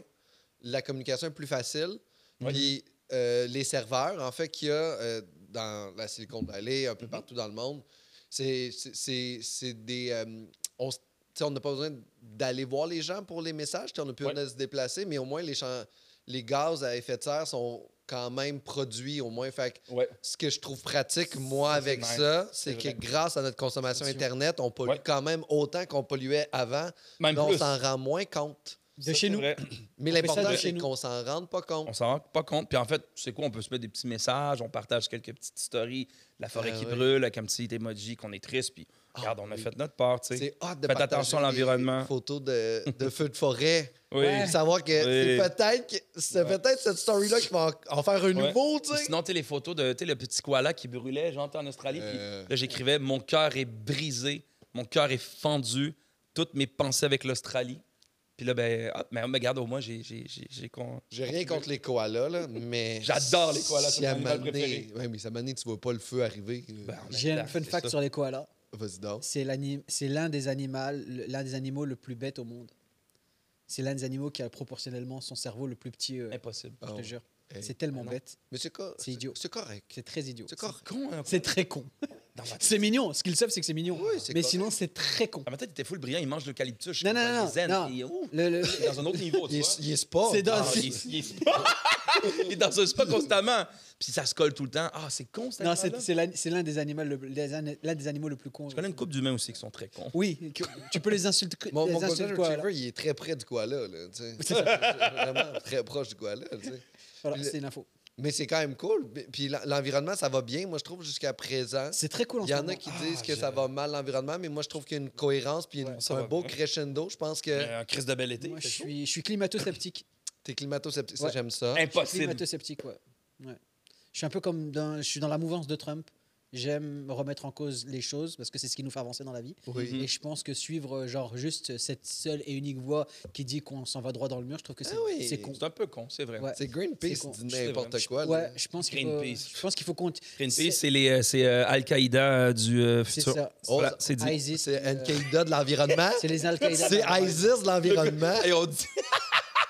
Speaker 3: La communication est plus facile.
Speaker 1: Ouais.
Speaker 3: Puis euh, les serveurs, en fait, qu'il y a euh, dans la Silicon Valley, un peu partout dans le monde, c'est c'est- c'est- c'est des. euh, on se- tu sais, on n'a pas besoin d'aller voir les gens pour les messages, tu sais, on n'a plus
Speaker 1: Ouais.
Speaker 3: besoin de se déplacer, mais au moins les, champs- les gaz à effet de serre sont quand même produits, au moins. Fait que
Speaker 1: Ouais.
Speaker 3: ce que je trouve pratique, moi,
Speaker 1: Ça, c'est
Speaker 3: avec
Speaker 1: nice.
Speaker 3: ça, c'est
Speaker 1: C'est vrai.
Speaker 3: que grâce à notre consommation
Speaker 2: Attention.
Speaker 3: Internet, on pollue
Speaker 1: Ouais.
Speaker 3: quand même autant qu'on polluait avant.
Speaker 1: Même
Speaker 3: mais on
Speaker 1: plus.
Speaker 3: s'en rend moins compte.
Speaker 2: De
Speaker 1: Ça,
Speaker 2: chez
Speaker 1: c'est
Speaker 2: nous.
Speaker 1: vrai.
Speaker 3: Mais
Speaker 2: On fait ça
Speaker 3: l'important,
Speaker 2: de chez
Speaker 3: c'est
Speaker 2: nous.
Speaker 3: qu'on s'en rende pas
Speaker 1: On
Speaker 3: compte.
Speaker 1: s'en rend pas compte. Puis en fait, c'est quoi? On peut se mettre des petits messages, on partage quelques petites stories, la forêt
Speaker 3: Ah
Speaker 1: qui
Speaker 3: ouais. Ah
Speaker 1: brûle avec un petit emoji qu'on est triste. Puis regarde, on a
Speaker 3: oui.
Speaker 1: fait notre part, tu sais.
Speaker 3: C'est hot de
Speaker 1: Faites
Speaker 3: partager
Speaker 1: attention à l'environnement.
Speaker 3: des photos de, de feux de forêt.
Speaker 1: Oui.
Speaker 3: Pour Savoir que c'est
Speaker 1: Oui.
Speaker 3: peut-être que- c'est
Speaker 1: Ouais.
Speaker 3: peut-être cette story-là qui va en, en faire
Speaker 1: Ouais.
Speaker 3: un nouveau, tu
Speaker 1: Ou
Speaker 3: sais.
Speaker 1: Sinon, tu sais, les photos de tu sais, le petit koala qui brûlait, j'entends en Australie. puis
Speaker 3: Euh.
Speaker 1: là, j'écrivais Mon cœur est brisé, mon cœur est fendu, toutes mes pensées avec l'Australie. Puis là, ben, hop, mais regarde, au moins, j'ai. j'ai- j'ai- j'ai con-
Speaker 3: J'ai rien contre les koalas, là, mais.
Speaker 1: J'adore les koalas, c'est
Speaker 3: si à
Speaker 1: mon animal
Speaker 3: maner-
Speaker 1: préféré.
Speaker 3: Ouais, mais ça mané, tu vois pas le feu arriver. euh,
Speaker 1: Ben, en même
Speaker 2: J'ai un
Speaker 1: temps,
Speaker 2: fun
Speaker 1: c'est
Speaker 2: fact
Speaker 1: ça.
Speaker 2: sur les koalas.
Speaker 3: Vas-y donc.
Speaker 2: C'est l'ani- c'est l'un des, animaux- le- l'un des animaux le plus bête au monde. C'est l'un des animaux qui a proportionnellement son cerveau le plus petit. euh,
Speaker 1: Impossible.
Speaker 2: je te
Speaker 3: Oh.
Speaker 2: jure.
Speaker 3: Hey.
Speaker 2: C'est tellement
Speaker 1: Ah non.
Speaker 2: bête.
Speaker 3: Mais c'est co-
Speaker 2: C'est
Speaker 3: c'est-
Speaker 2: idiot.
Speaker 3: C'est correct.
Speaker 2: C'est très idiot.
Speaker 3: C'est correct.
Speaker 1: Con, hein.
Speaker 2: C'est très con.
Speaker 1: Dans ma-
Speaker 2: C'est mignon. Ce qu'ils savent, c'est que c'est mignon.
Speaker 3: Oui, c'est
Speaker 2: Mais
Speaker 3: correct.
Speaker 2: sinon, c'est très con.
Speaker 1: Dans ma tête, il était full brillant, il mange l'eucalyptus. je
Speaker 2: Non,
Speaker 1: suis
Speaker 2: non,
Speaker 1: dans
Speaker 2: non,
Speaker 1: les zen,
Speaker 2: non.
Speaker 1: et- ouh,
Speaker 2: Le- le-
Speaker 1: il est dans un autre niveau, tu
Speaker 3: Il
Speaker 1: vois.
Speaker 3: est, il est sport.
Speaker 2: C'est dans-
Speaker 1: Ah, il est- il est spa. Il est dans un spa constamment. Puis ça se colle tout le temps. Ah, c'est con, cet
Speaker 2: non,
Speaker 1: animal-là.
Speaker 2: c'est c'est l'un c'est l'un des, animaux le- des an- l'un des animaux le plus con. Euh,
Speaker 1: Je connais une couple d'humains aussi qui sont très cons.
Speaker 2: Oui, que- tu peux les insulter.
Speaker 3: Mon,
Speaker 2: les
Speaker 3: mon
Speaker 2: insulter
Speaker 3: Golden
Speaker 2: quoi,
Speaker 3: Retriever, il est très près du koala. Là, tu sais.
Speaker 2: C'est
Speaker 3: vraiment très proche du koala. tu sais.
Speaker 2: Voilà,
Speaker 3: Le-
Speaker 2: c'est une info.
Speaker 3: Mais c'est quand même cool. Puis- Puis l'en- l'environnement, ça va bien, moi, je trouve, jusqu'à présent.
Speaker 2: C'est très cool en
Speaker 3: Il
Speaker 2: ce
Speaker 3: y en
Speaker 2: moment.
Speaker 3: a qui
Speaker 1: Ah,
Speaker 3: disent que
Speaker 1: je-
Speaker 3: ça va mal, l'environnement, mais moi, je trouve qu'il y a une cohérence puis une-
Speaker 1: Ouais, ça
Speaker 3: un
Speaker 1: va
Speaker 3: beau
Speaker 1: bien.
Speaker 3: crescendo. Je pense que
Speaker 1: Euh, Un crise de bel été.
Speaker 2: Moi,
Speaker 1: il
Speaker 2: je
Speaker 1: fait chaud.
Speaker 2: suis, je suis climato-sceptique.
Speaker 3: t'es climato-sceptique, ça,
Speaker 2: Ouais.
Speaker 3: j'aime ça.
Speaker 1: Impossible.
Speaker 2: climato-sceptique, ouais. ouais. Je suis un peu comme dans, je suis dans la mouvance de Trump. J'aime remettre en cause les choses parce que c'est ce qui nous fait avancer dans la vie.
Speaker 3: Oui.
Speaker 1: Mhm.
Speaker 2: Et je pense que suivre euh, genre juste cette seule et unique voie qui dit qu'on s'en va droit dans le mur, je trouve que c'est
Speaker 3: Ah oui.
Speaker 2: c'est con.
Speaker 1: C'est un peu con, c'est vrai.
Speaker 2: Ouais.
Speaker 3: C'est
Speaker 2: C'est
Speaker 3: Greenpeace
Speaker 2: con.
Speaker 3: qui
Speaker 1: C'est
Speaker 3: dit
Speaker 1: vrai.
Speaker 3: n'importe quoi. là.
Speaker 2: Ouais, je pense qu'il faut,
Speaker 1: Greenpeace.
Speaker 2: je pense qu'il faut qu'on-
Speaker 1: Greenpeace, c'est les, euh, c'est euh, Al-Qaïda euh, du euh,
Speaker 2: C'est
Speaker 1: futur.
Speaker 2: ça.
Speaker 3: Oh,
Speaker 1: Voilà, c'est dit.
Speaker 2: ISIS.
Speaker 3: C'est
Speaker 2: euh,
Speaker 3: Al-Qaïda de l'environnement.
Speaker 2: c'est les Al-Qaïda.
Speaker 3: C'est ISIS de l'environnement.
Speaker 1: Et on dit.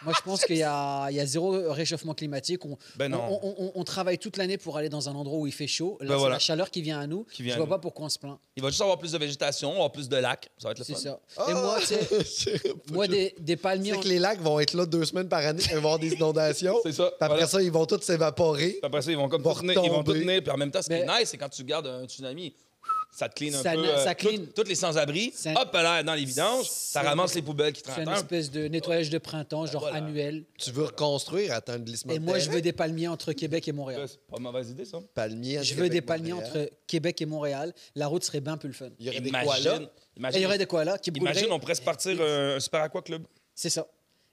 Speaker 2: Moi, je pense qu'il y, a il y a zéro réchauffement climatique. On,
Speaker 1: Ben non.
Speaker 2: on- on- on- on travaille toute l'année pour aller dans un endroit où il fait chaud. Là,
Speaker 1: Ben
Speaker 2: c'est
Speaker 1: voilà.
Speaker 2: la chaleur qui vient à nous.
Speaker 1: Qui vient
Speaker 2: je
Speaker 1: à
Speaker 2: vois
Speaker 1: nous.
Speaker 2: pas pourquoi on se plaint.
Speaker 1: Il va juste avoir plus de végétation, avoir plus de lacs. Ça va être le
Speaker 2: C'est
Speaker 1: fun.
Speaker 2: ça.
Speaker 3: Ah!
Speaker 2: Et moi, tu sais,
Speaker 3: Je sais pas,
Speaker 2: moi
Speaker 3: je-
Speaker 2: des, des
Speaker 3: Tu
Speaker 2: palmiers.
Speaker 3: sais
Speaker 2: en-
Speaker 3: que les lacs vont être là deux semaines par année, ils vont avoir des inondations.
Speaker 1: C'est ça.
Speaker 3: Puis Après
Speaker 1: Voilà.
Speaker 3: ça, ils vont tous s'évaporer.
Speaker 1: Puis Après ça, ils vont comme
Speaker 3: Vont
Speaker 1: tout tenir, ils vont tout
Speaker 3: retomber.
Speaker 1: tenir. Puis en même temps, ce qui est
Speaker 2: Mais-
Speaker 1: nice, c'est quand tu gardes un tsunami, ça te clean un
Speaker 2: Ça
Speaker 1: peu. euh,
Speaker 2: na- ça
Speaker 1: tout-
Speaker 2: clean.
Speaker 1: Toutes les sans-abri,
Speaker 2: C'est un-
Speaker 1: hop là, dans les vidanges, ça
Speaker 2: C'est-
Speaker 1: ramasse les poubelles qui
Speaker 2: C'est
Speaker 1: traînent.
Speaker 2: une espèce de nettoyage de printemps, genre
Speaker 1: voilà.
Speaker 2: annuel.
Speaker 3: Tu veux reconstruire, attends, le glissement
Speaker 2: Et
Speaker 3: de
Speaker 2: moi,
Speaker 3: terrain.
Speaker 2: je veux des palmiers entre Québec et Montréal.
Speaker 1: C'est pas une mauvaise idée, ça.
Speaker 3: Palmier à
Speaker 2: Je veux des
Speaker 3: Québec,
Speaker 2: palmiers
Speaker 3: Montréal.
Speaker 2: entre Québec et Montréal. La route serait bien plus le fun.
Speaker 3: Il y aurait des koalas.
Speaker 1: Imagine.
Speaker 2: Et il y aurait des koalas qui
Speaker 1: Imagine,
Speaker 2: brûleraient.
Speaker 1: on pourrait se partir euh, un super aqua club.
Speaker 2: C'est ça.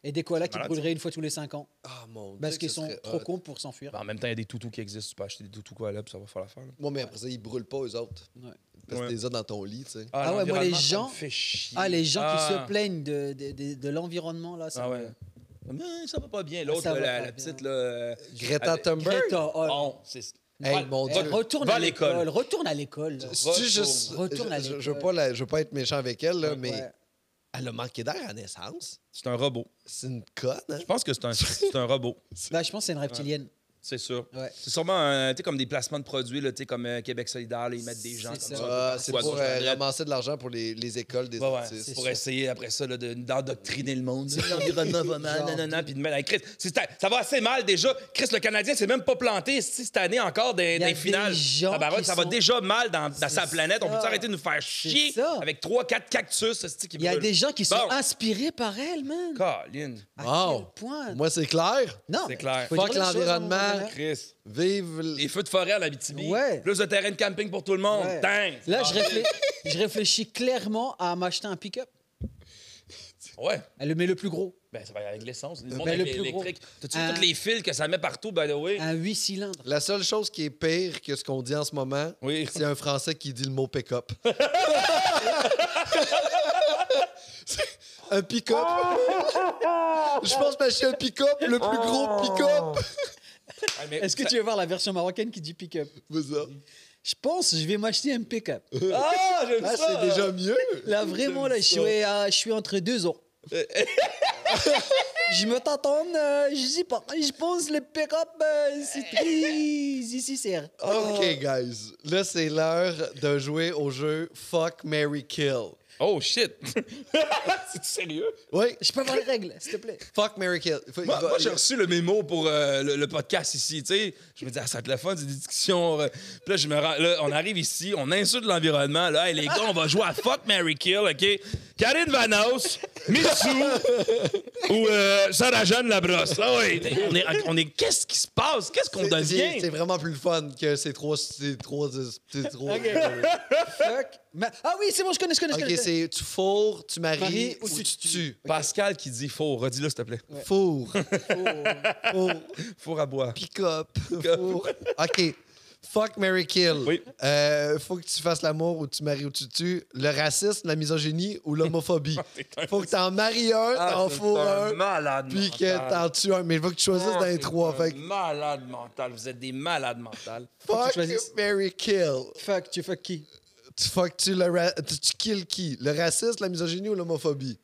Speaker 2: Et des koalas qui
Speaker 1: malade,
Speaker 2: brûleraient une fois tous les 5 ans
Speaker 3: Ah mon dieu.
Speaker 2: parce
Speaker 3: que
Speaker 2: qu'ils
Speaker 3: ce
Speaker 2: sont
Speaker 3: serait
Speaker 2: trop
Speaker 3: hot.
Speaker 2: cons pour s'enfuir.
Speaker 1: Ben, en même temps, il y a des toutous qui existent. Tu peux acheter des toutous koalas, puis ça va faire l'affaire. là.
Speaker 3: Moi, mais après ça, ils brûlent pas eux autres.
Speaker 2: Ouais.
Speaker 3: Parce que
Speaker 1: Ouais.
Speaker 3: t'es là dans ton lit, tu sais.
Speaker 2: Ah ouais, moi, les
Speaker 1: l'environnement, ça me
Speaker 2: gens-
Speaker 1: fait chier.
Speaker 2: Ah, les gens qui
Speaker 1: Ah.
Speaker 2: se plaignent de, de, de- de l'environnement, là, ça
Speaker 1: Ah
Speaker 2: me-
Speaker 1: ouais. Mais ça va pas bien. L'autre,
Speaker 2: Ça va
Speaker 1: la,
Speaker 2: pas
Speaker 1: la
Speaker 2: bien.
Speaker 1: petite, là. euh,
Speaker 3: Greta
Speaker 1: elle-
Speaker 3: Thunberg.
Speaker 2: Greta, oh,
Speaker 1: Bon, c'est.
Speaker 3: Hey,
Speaker 1: Ouais,
Speaker 3: mon
Speaker 2: eh,
Speaker 3: Dieu.
Speaker 2: retourne
Speaker 1: Va
Speaker 2: à
Speaker 1: à l'école.
Speaker 2: l'école. Retourne à l'école.
Speaker 3: C'est-tu
Speaker 1: Retourne.
Speaker 3: juste-
Speaker 2: Retourne à
Speaker 3: je- je, je
Speaker 2: l'école.
Speaker 3: veux pas la- je veux pas être méchant avec elle, là,
Speaker 2: Ouais,
Speaker 3: mais
Speaker 2: ouais.
Speaker 3: elle a manqué d'air à la naissance.
Speaker 1: C'est un robot.
Speaker 3: C'est une conne, hein?
Speaker 1: Je pense que c'est un, c'est un robot.
Speaker 2: Bah, je pense que c'est une reptilienne.
Speaker 1: C'est sûr.
Speaker 2: Ouais.
Speaker 1: C'est sûrement un- tu sais, comme des placements de produits, là, tu sais, comme euh, Québec solidaire, là, ils mettent des gens comme
Speaker 2: C'est
Speaker 1: ça.
Speaker 2: ça.
Speaker 3: Ah, c'est
Speaker 1: Ouais,
Speaker 3: pour
Speaker 1: ouais,
Speaker 3: euh,
Speaker 1: ouais.
Speaker 3: ramasser de l'argent pour les, les écoles des
Speaker 1: Ouais, ouais,
Speaker 3: autistes.
Speaker 1: c'est
Speaker 2: sûr.
Speaker 1: pour essayer après ça là, de- d'endoctriner le monde.
Speaker 2: C'est ça.
Speaker 1: L'environnement va mal,
Speaker 2: Genre.
Speaker 1: nanana, puis de mettre. Hey, Chris, c'est- ça va assez mal déjà. Chris, le Canadien, s'est même pas planté ici, cette année encore des,
Speaker 2: Il y a
Speaker 1: des finales.
Speaker 2: des gens
Speaker 1: Tabarouette,
Speaker 2: qui
Speaker 1: ça va
Speaker 2: sont-
Speaker 1: déjà mal dans, dans sa
Speaker 2: C'est
Speaker 1: planète. On
Speaker 2: ça.
Speaker 1: peut arrêter de nous faire chier
Speaker 2: ça.
Speaker 1: avec trois, quatre cactus hostie, qui
Speaker 2: Il y a
Speaker 1: brûlent?
Speaker 2: des gens qui sont
Speaker 1: Bon.
Speaker 2: inspirés par elle, man.
Speaker 1: Colin.
Speaker 2: À
Speaker 3: Wow.
Speaker 2: quel point?
Speaker 3: Moi, c'est clair.
Speaker 2: non,
Speaker 1: C'est clair.
Speaker 2: faut dire
Speaker 3: Fuck
Speaker 2: les choses,
Speaker 3: l'environnement.
Speaker 2: à un moment donné.
Speaker 1: Chris.
Speaker 3: Vive l-
Speaker 1: Les feux de forêt à la BTB.
Speaker 2: Ouais.
Speaker 1: Plus de terrain de camping pour tout le monde.
Speaker 2: Ouais.
Speaker 1: Dang!
Speaker 2: Là, je, réflé- je réfléchis clairement à m'acheter un pick-up.
Speaker 1: Ah Ouais.
Speaker 2: Elle le met le plus gros,
Speaker 1: Ben, ça va avec l'essence. Le monde
Speaker 2: Ben, le
Speaker 1: avec
Speaker 2: plus gros. Euh,
Speaker 1: électrique. T'as-tu
Speaker 2: Un-
Speaker 1: vu tous les fils que ça met partout, by the way?
Speaker 2: un 8 cylindres.
Speaker 3: La seule chose qui est pire que ce qu'on dit en ce moment,
Speaker 1: Oui.
Speaker 3: c'est un Français qui dit le mot pick-up. un pick-up. Je pense m'acheter un pick-up, le plus gros pick-up.
Speaker 1: Ah, mais
Speaker 2: Est-ce que
Speaker 1: ça-
Speaker 2: tu veux voir la version marocaine qui dit pick-up
Speaker 3: C'est ça.
Speaker 2: Je pense que je vais m'acheter un pick-up.
Speaker 1: Ah, j'aime
Speaker 3: Ah,
Speaker 1: ça!
Speaker 3: c'est déjà mieux.
Speaker 2: Là, vraiment, là, je suis, à- je suis entre deux ans. je me tâtonne, euh, je sais pas. Je pense que le pick-up, euh, c'est très nécessaire.
Speaker 3: OK, guys. Là, c'est l'heure de jouer au jeu Fuck, Mary Kill.
Speaker 1: Oh shit! C'est sérieux?
Speaker 3: Oui,
Speaker 2: Je peux avoir les règles, s'il te plaît.
Speaker 3: Fuck, Mary Kill. Faut-
Speaker 1: Moi,
Speaker 3: va-
Speaker 1: moi, j'ai reçu le mémo pour euh, le, le podcast ici, tu sais. Je me dis, ah, ça va être le fun, des discussions. euh. Puis là, je me rends- là, on arrive ici, on insulte l'environnement. Là, hey, les gars, on va jouer à Fuck, Mary Kill, OK? Karine Vanos, Mitsou ou euh, Sarah-Jeanne Labrosse. Ah oui, on est, on est- qu'est-ce qui se passe? Qu'est-ce qu'on
Speaker 3: C'est- c'est- C'est
Speaker 1: devient?
Speaker 3: vraiment plus le fun que ces trois. Ces trois, ces trois
Speaker 2: OK. Fuck. Ma- Ah oui, c'est bon, je connais, je connais, je
Speaker 3: Ok,
Speaker 2: connais.
Speaker 3: c'est tu fourres, tu maries
Speaker 2: Maries
Speaker 3: ou tu tues.
Speaker 1: Pascal qui dit faux, redis-le, s'il te plaît.
Speaker 3: Four, four,
Speaker 1: Four à bois.
Speaker 3: pick-up, four. OK. Fuck, Mary Kill.
Speaker 1: Oui.
Speaker 3: Euh, faut que tu fasses l'amour ou tu maries ou tu tues. Le racisme, la misogynie ou l'homophobie.
Speaker 1: Ah,
Speaker 3: faut que t'en maries un,
Speaker 2: Ah,
Speaker 3: t'en fourres Ah, un,
Speaker 1: malade
Speaker 3: puis que t'en tues un. Mais faut que tu choisisses
Speaker 2: Ah,
Speaker 3: dans les trois. Fait que
Speaker 1: Oh, Malade mental, vous êtes des malades mentales.
Speaker 2: que tu
Speaker 3: fuck,
Speaker 2: choisisses.
Speaker 3: Mary Kill.
Speaker 2: Fuck, tu fuck qui
Speaker 3: Tu fuck, tu le ra- tu, tu kill qui? Le racisme, la misogynie ou l'homophobie?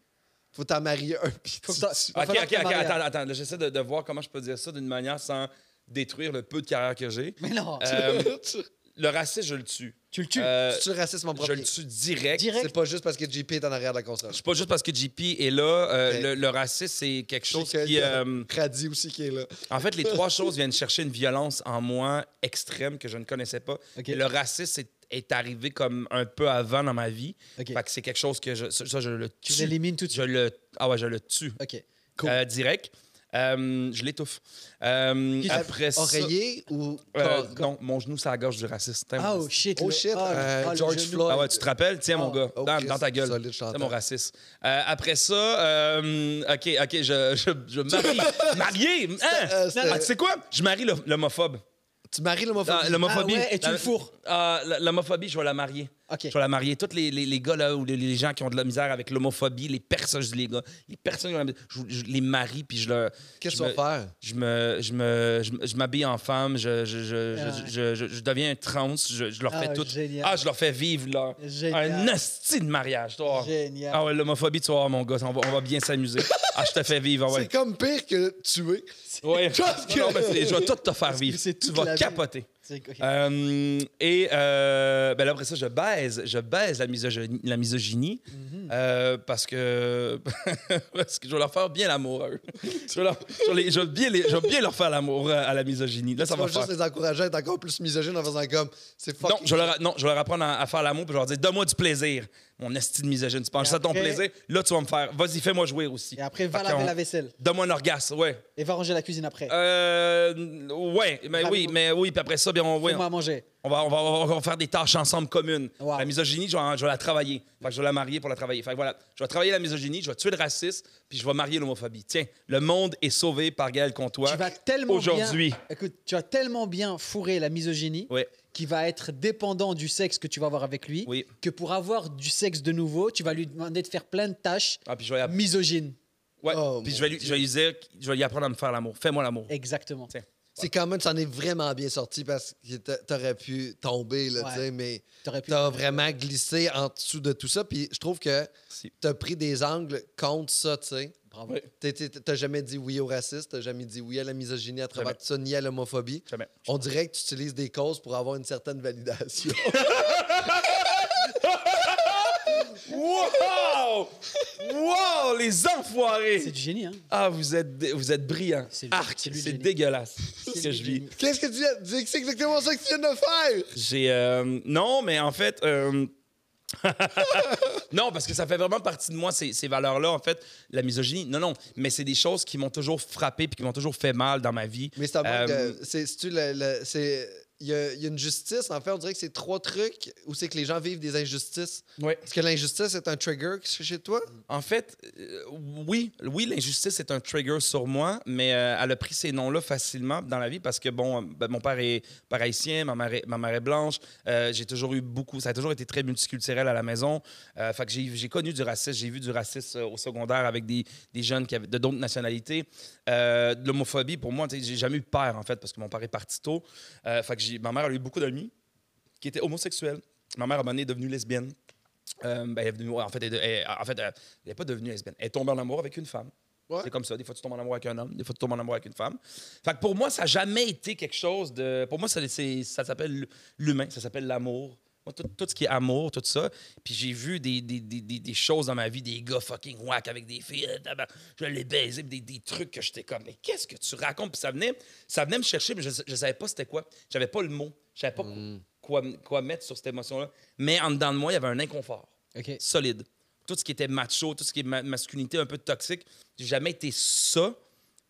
Speaker 3: Faut t'en marier un, puis
Speaker 2: Faut
Speaker 3: tu
Speaker 2: que t'en-
Speaker 3: tues.
Speaker 2: Va
Speaker 1: Ah, Ok,
Speaker 2: falloir
Speaker 1: ok,
Speaker 2: que
Speaker 1: ok,
Speaker 2: Maria-
Speaker 1: attends, attends. là, J'essaie de, de voir comment je peux dire ça d'une manière sans détruire le peu de carrière que j'ai.
Speaker 2: Mais non,
Speaker 1: Euh, le racisme, je le tue.
Speaker 2: tu le tues.
Speaker 1: Euh,
Speaker 3: Tu tues le racisme en
Speaker 1: je
Speaker 3: premier.
Speaker 1: le tue direct.
Speaker 2: Direct.
Speaker 3: C'est pas juste parce que JP est en arrière de la console.
Speaker 1: C'est pas juste parce que JP est là. euh,
Speaker 3: Ok.
Speaker 1: le, le racisme, c'est quelque chose
Speaker 3: C'est que
Speaker 1: qui.
Speaker 3: il y a
Speaker 1: euh,
Speaker 3: Crady aussi qui est là.
Speaker 1: en fait, les trois choses viennent chercher une violence en moi extrême que je ne connaissais pas.
Speaker 2: Ok.
Speaker 1: Et Le racisme est, est arrivé comme un peu avant dans ma vie.
Speaker 2: Ok.
Speaker 1: Fait que c'est quelque chose que je, ça, ça, je le
Speaker 2: Tu
Speaker 1: tue.
Speaker 2: l'élimines tout de suite.
Speaker 1: Je le, ah ouais, je le tue.
Speaker 2: Ok. Cool.
Speaker 1: Euh, direct. Euh, je l'étouffe. Euh,
Speaker 2: Qui-
Speaker 1: après ça.
Speaker 3: Oreiller ou
Speaker 1: Euh,
Speaker 3: corps?
Speaker 1: non, mon genou, c'est la gorge du raciste. Tiens,
Speaker 2: Ah,
Speaker 1: mon-
Speaker 2: oh shit.
Speaker 3: Oh
Speaker 2: le-
Speaker 3: shit,
Speaker 2: ah, le-
Speaker 3: euh,
Speaker 2: ah, le
Speaker 3: George
Speaker 2: genou.
Speaker 3: Floyd.
Speaker 1: Ah ouais, tu te rappelles? Tiens, mon
Speaker 2: Oh.
Speaker 1: gars,
Speaker 3: Oh,
Speaker 1: dans,
Speaker 3: Christ,
Speaker 1: dans ta gueule.
Speaker 3: solide chanteur.
Speaker 1: C'est mon raciste. Euh, après ça, euh, OK, OK, je, je, je marie. Marié? Hein?
Speaker 3: Euh, c'était-
Speaker 1: Ah, tu sais quoi? Je marie l'hom- l'homophobe.
Speaker 3: tu maries
Speaker 1: Ah,
Speaker 3: l'homophobie.
Speaker 1: L'homophobie.
Speaker 2: Ah ouais, et tu
Speaker 1: La-
Speaker 2: le fourres.
Speaker 1: Ah, l- L'homophobie, je vais la marier.
Speaker 2: Ok.
Speaker 1: Je vais la marier. Tous les, les, les gars là, ou les, les gens qui ont de la misère avec l'homophobie, les personnes, je dis les gars, les personnes qui ont de la misère, je, je les marie puis je leur.
Speaker 3: Qu'est-ce
Speaker 1: je
Speaker 3: que tu
Speaker 1: me-
Speaker 3: vas faire?
Speaker 1: je me je me je, me- je m'habille en femme je je, je, je-
Speaker 2: Ah.
Speaker 1: je- je- je deviens un trans je, je leur
Speaker 2: Ah,
Speaker 1: fais tout
Speaker 2: génial.
Speaker 1: ah je leur fais vivre leur
Speaker 2: Génial.
Speaker 1: un hostie de mariage tu vas voir.
Speaker 2: Génial.
Speaker 1: ah ouais l'homophobie tu vas voir mon gars on va, on va bien s'amuser ah je te fais vivre ah
Speaker 3: C'est
Speaker 1: ouais
Speaker 3: comme pire que tuer.
Speaker 1: ouais
Speaker 3: Parce que-
Speaker 1: Non, mais c'est- je vais tout te faire
Speaker 2: Parce que
Speaker 1: vivre
Speaker 2: c'est
Speaker 1: tu
Speaker 2: toute la
Speaker 1: vas
Speaker 2: vie.
Speaker 1: capoter
Speaker 2: C'est- ok. Mhm.
Speaker 1: euh, et euh, ben là, après ça, je baise, je baise la misogynie, la misogynie euh, parce que parce que je vais leur faire bien l'amour à eux. Je vais, leur- je vais les- je vais bien, les- je vais bien leur faire l'amour euh, à, à la misogynie. Là, ça
Speaker 3: Ça
Speaker 1: va
Speaker 3: va
Speaker 1: faire.
Speaker 3: juste les encourager à être encore plus misogynes en faisant comme. C'est fuck.
Speaker 1: Non je, vais leur, non, je vais leur apprendre à, à faire l'amour puis je vais leur dire Donne-moi du plaisir. Mon esti de misogyne. Tu penses
Speaker 2: Et
Speaker 1: ça à ton
Speaker 2: après-
Speaker 1: plaisir Là, tu vas me faire. Vas-y, fais-moi jouer aussi.
Speaker 2: Et après, va
Speaker 1: Fait
Speaker 2: laver
Speaker 1: qu'on-
Speaker 2: la vaisselle
Speaker 1: Donne-moi un orgasme, ouais.
Speaker 2: et va ranger la cuisine après.
Speaker 1: Euh, ouais, mais
Speaker 2: Laver-
Speaker 1: oui, mais oui, puis après ça, bien, on, oui,
Speaker 2: Fais-moi à manger.
Speaker 1: on va, on, va, on va faire des tâches ensemble communes.
Speaker 2: Wow.
Speaker 1: La misogynie, je vais, je vais la travailler. Fait que je vais la marier pour la travailler. Fait que voilà, je vais travailler la misogynie, je vais tuer le racisme, puis je vais marier l'homophobie. Tiens, le monde est sauvé par Gaël Comtois.
Speaker 2: Tu vas tellement
Speaker 1: Aujourd'hui.
Speaker 2: bien. Écoute, tu vas tellement bien fourrer la misogynie
Speaker 1: Ouais.
Speaker 2: qui va être dépendant du sexe que tu vas avoir avec lui,
Speaker 1: Oui.
Speaker 2: que pour avoir du sexe de nouveau, tu vas lui demander de faire plein de tâches
Speaker 1: Ah, puis je vais, app-
Speaker 2: misogynes.
Speaker 1: ouais.
Speaker 3: Oh,
Speaker 1: puis
Speaker 3: mon
Speaker 1: je vais, lui, je vais lui dire, je vais lui apprendre à me faire l'amour. Fais-moi l'amour.
Speaker 2: Exactement.
Speaker 1: Tiens.
Speaker 3: C'est quand même, t'en es vraiment bien sorti parce que t'a- t'aurais pu tomber, là,
Speaker 2: Ouais.
Speaker 3: tu sais, mais
Speaker 2: T'aurais pu.
Speaker 3: t'as vraiment glissé en dessous de tout ça. Puis je trouve que
Speaker 1: Si.
Speaker 3: t'as pris des angles contre ça, tu sais.
Speaker 2: Bravo.
Speaker 1: Ouais.
Speaker 3: T'es- t'es- T'as jamais dit oui au racisme, t'as jamais dit oui à la misogynie à travers
Speaker 1: Jamais.
Speaker 3: tout ça, ni à l'homophobie.
Speaker 1: Jamais.
Speaker 3: On dirait que tu utilises des causes pour avoir une certaine validation.
Speaker 1: Wow! wow, les
Speaker 2: C'est
Speaker 1: enfoirés!
Speaker 2: du génie, hein.
Speaker 1: Ah, vous êtes, dé- vous êtes brillants.
Speaker 2: C'est lui-
Speaker 1: Arc,
Speaker 2: c'est lui le
Speaker 1: c'est
Speaker 2: génie.
Speaker 1: dégueulasse
Speaker 2: C'est
Speaker 1: ce que
Speaker 2: du
Speaker 1: je vis.
Speaker 2: génie.
Speaker 3: Qu'est-ce que tu viens tu dis que C'est exactement ça que tu viens de faire!
Speaker 1: J'ai. euh, non, mais en fait. euh, non, parce que ça fait vraiment partie de moi, ces, ces valeurs-là, en fait, la misogynie. Non, non, mais c'est des choses qui m'ont toujours frappé puis qui m'ont toujours fait mal dans ma vie.
Speaker 3: Mais c'est un manque
Speaker 1: Euh,
Speaker 3: de- c'est- c'est-tu le- le- c'est- Il y, a il y a une justice, en fait, on dirait que c'est trois trucs où c'est que les gens vivent des injustices.
Speaker 1: Ouais.
Speaker 3: Est-ce que l'injustice est un trigger chez toi?
Speaker 1: En fait, euh, oui, oui, l'injustice est un trigger sur moi, mais euh, elle a pris ces noms-là facilement dans la vie parce que bon, euh, ben, mon père est père haïtien, ma mère est, ma mère est blanche. Euh, j'ai toujours eu beaucoup, ça a toujours été très multiculturel à la maison. Euh, fait que j'ai, j'ai connu du racisme, j'ai vu du racisme euh, au secondaire avec des, des jeunes qui avaient de d'autres nationalités. Euh, de l'homophobie, pour moi, tu sais, j'ai jamais eu de père en fait parce que mon père est parti tôt. Euh, fait que j'ai- ma mère elle a eu beaucoup d'amis qui étaient homosexuels. Ma mère à un moment donné, est devenue lesbienne. Euh, ben, elle est devenue- en fait, elle, elle- en fait, elle- elle n'est pas devenue lesbienne. Elle est tombée en amour avec une femme.
Speaker 3: Ouais.
Speaker 1: C'est comme ça. Des fois, tu tombes en amour avec un homme, des fois, tu tombes en amour avec une femme. Fait que pour moi, ça n'a jamais été quelque chose de. Pour moi, ça, c'est- ça s'appelle l'humain, ça s'appelle l'amour. Moi, tout, tout ce qui est amour, tout ça. Puis j'ai vu des, des, des, des, des choses dans ma vie, des gars fucking whack avec des filles. euh, tabac. Je les baisais, puis des, des trucs que j'étais comme, mais qu'est-ce que tu racontes? Puis ça venait, ça venait me chercher, mais je ne savais pas c'était quoi. J'avais pas le mot. Je savais pas quoi, quoi mettre sur cette émotion-là. Mais en dedans de moi, il y avait un inconfort
Speaker 2: Ok.
Speaker 1: solide. Tout ce qui était macho, tout ce qui est ma- masculinité un peu toxique, j'ai jamais été ça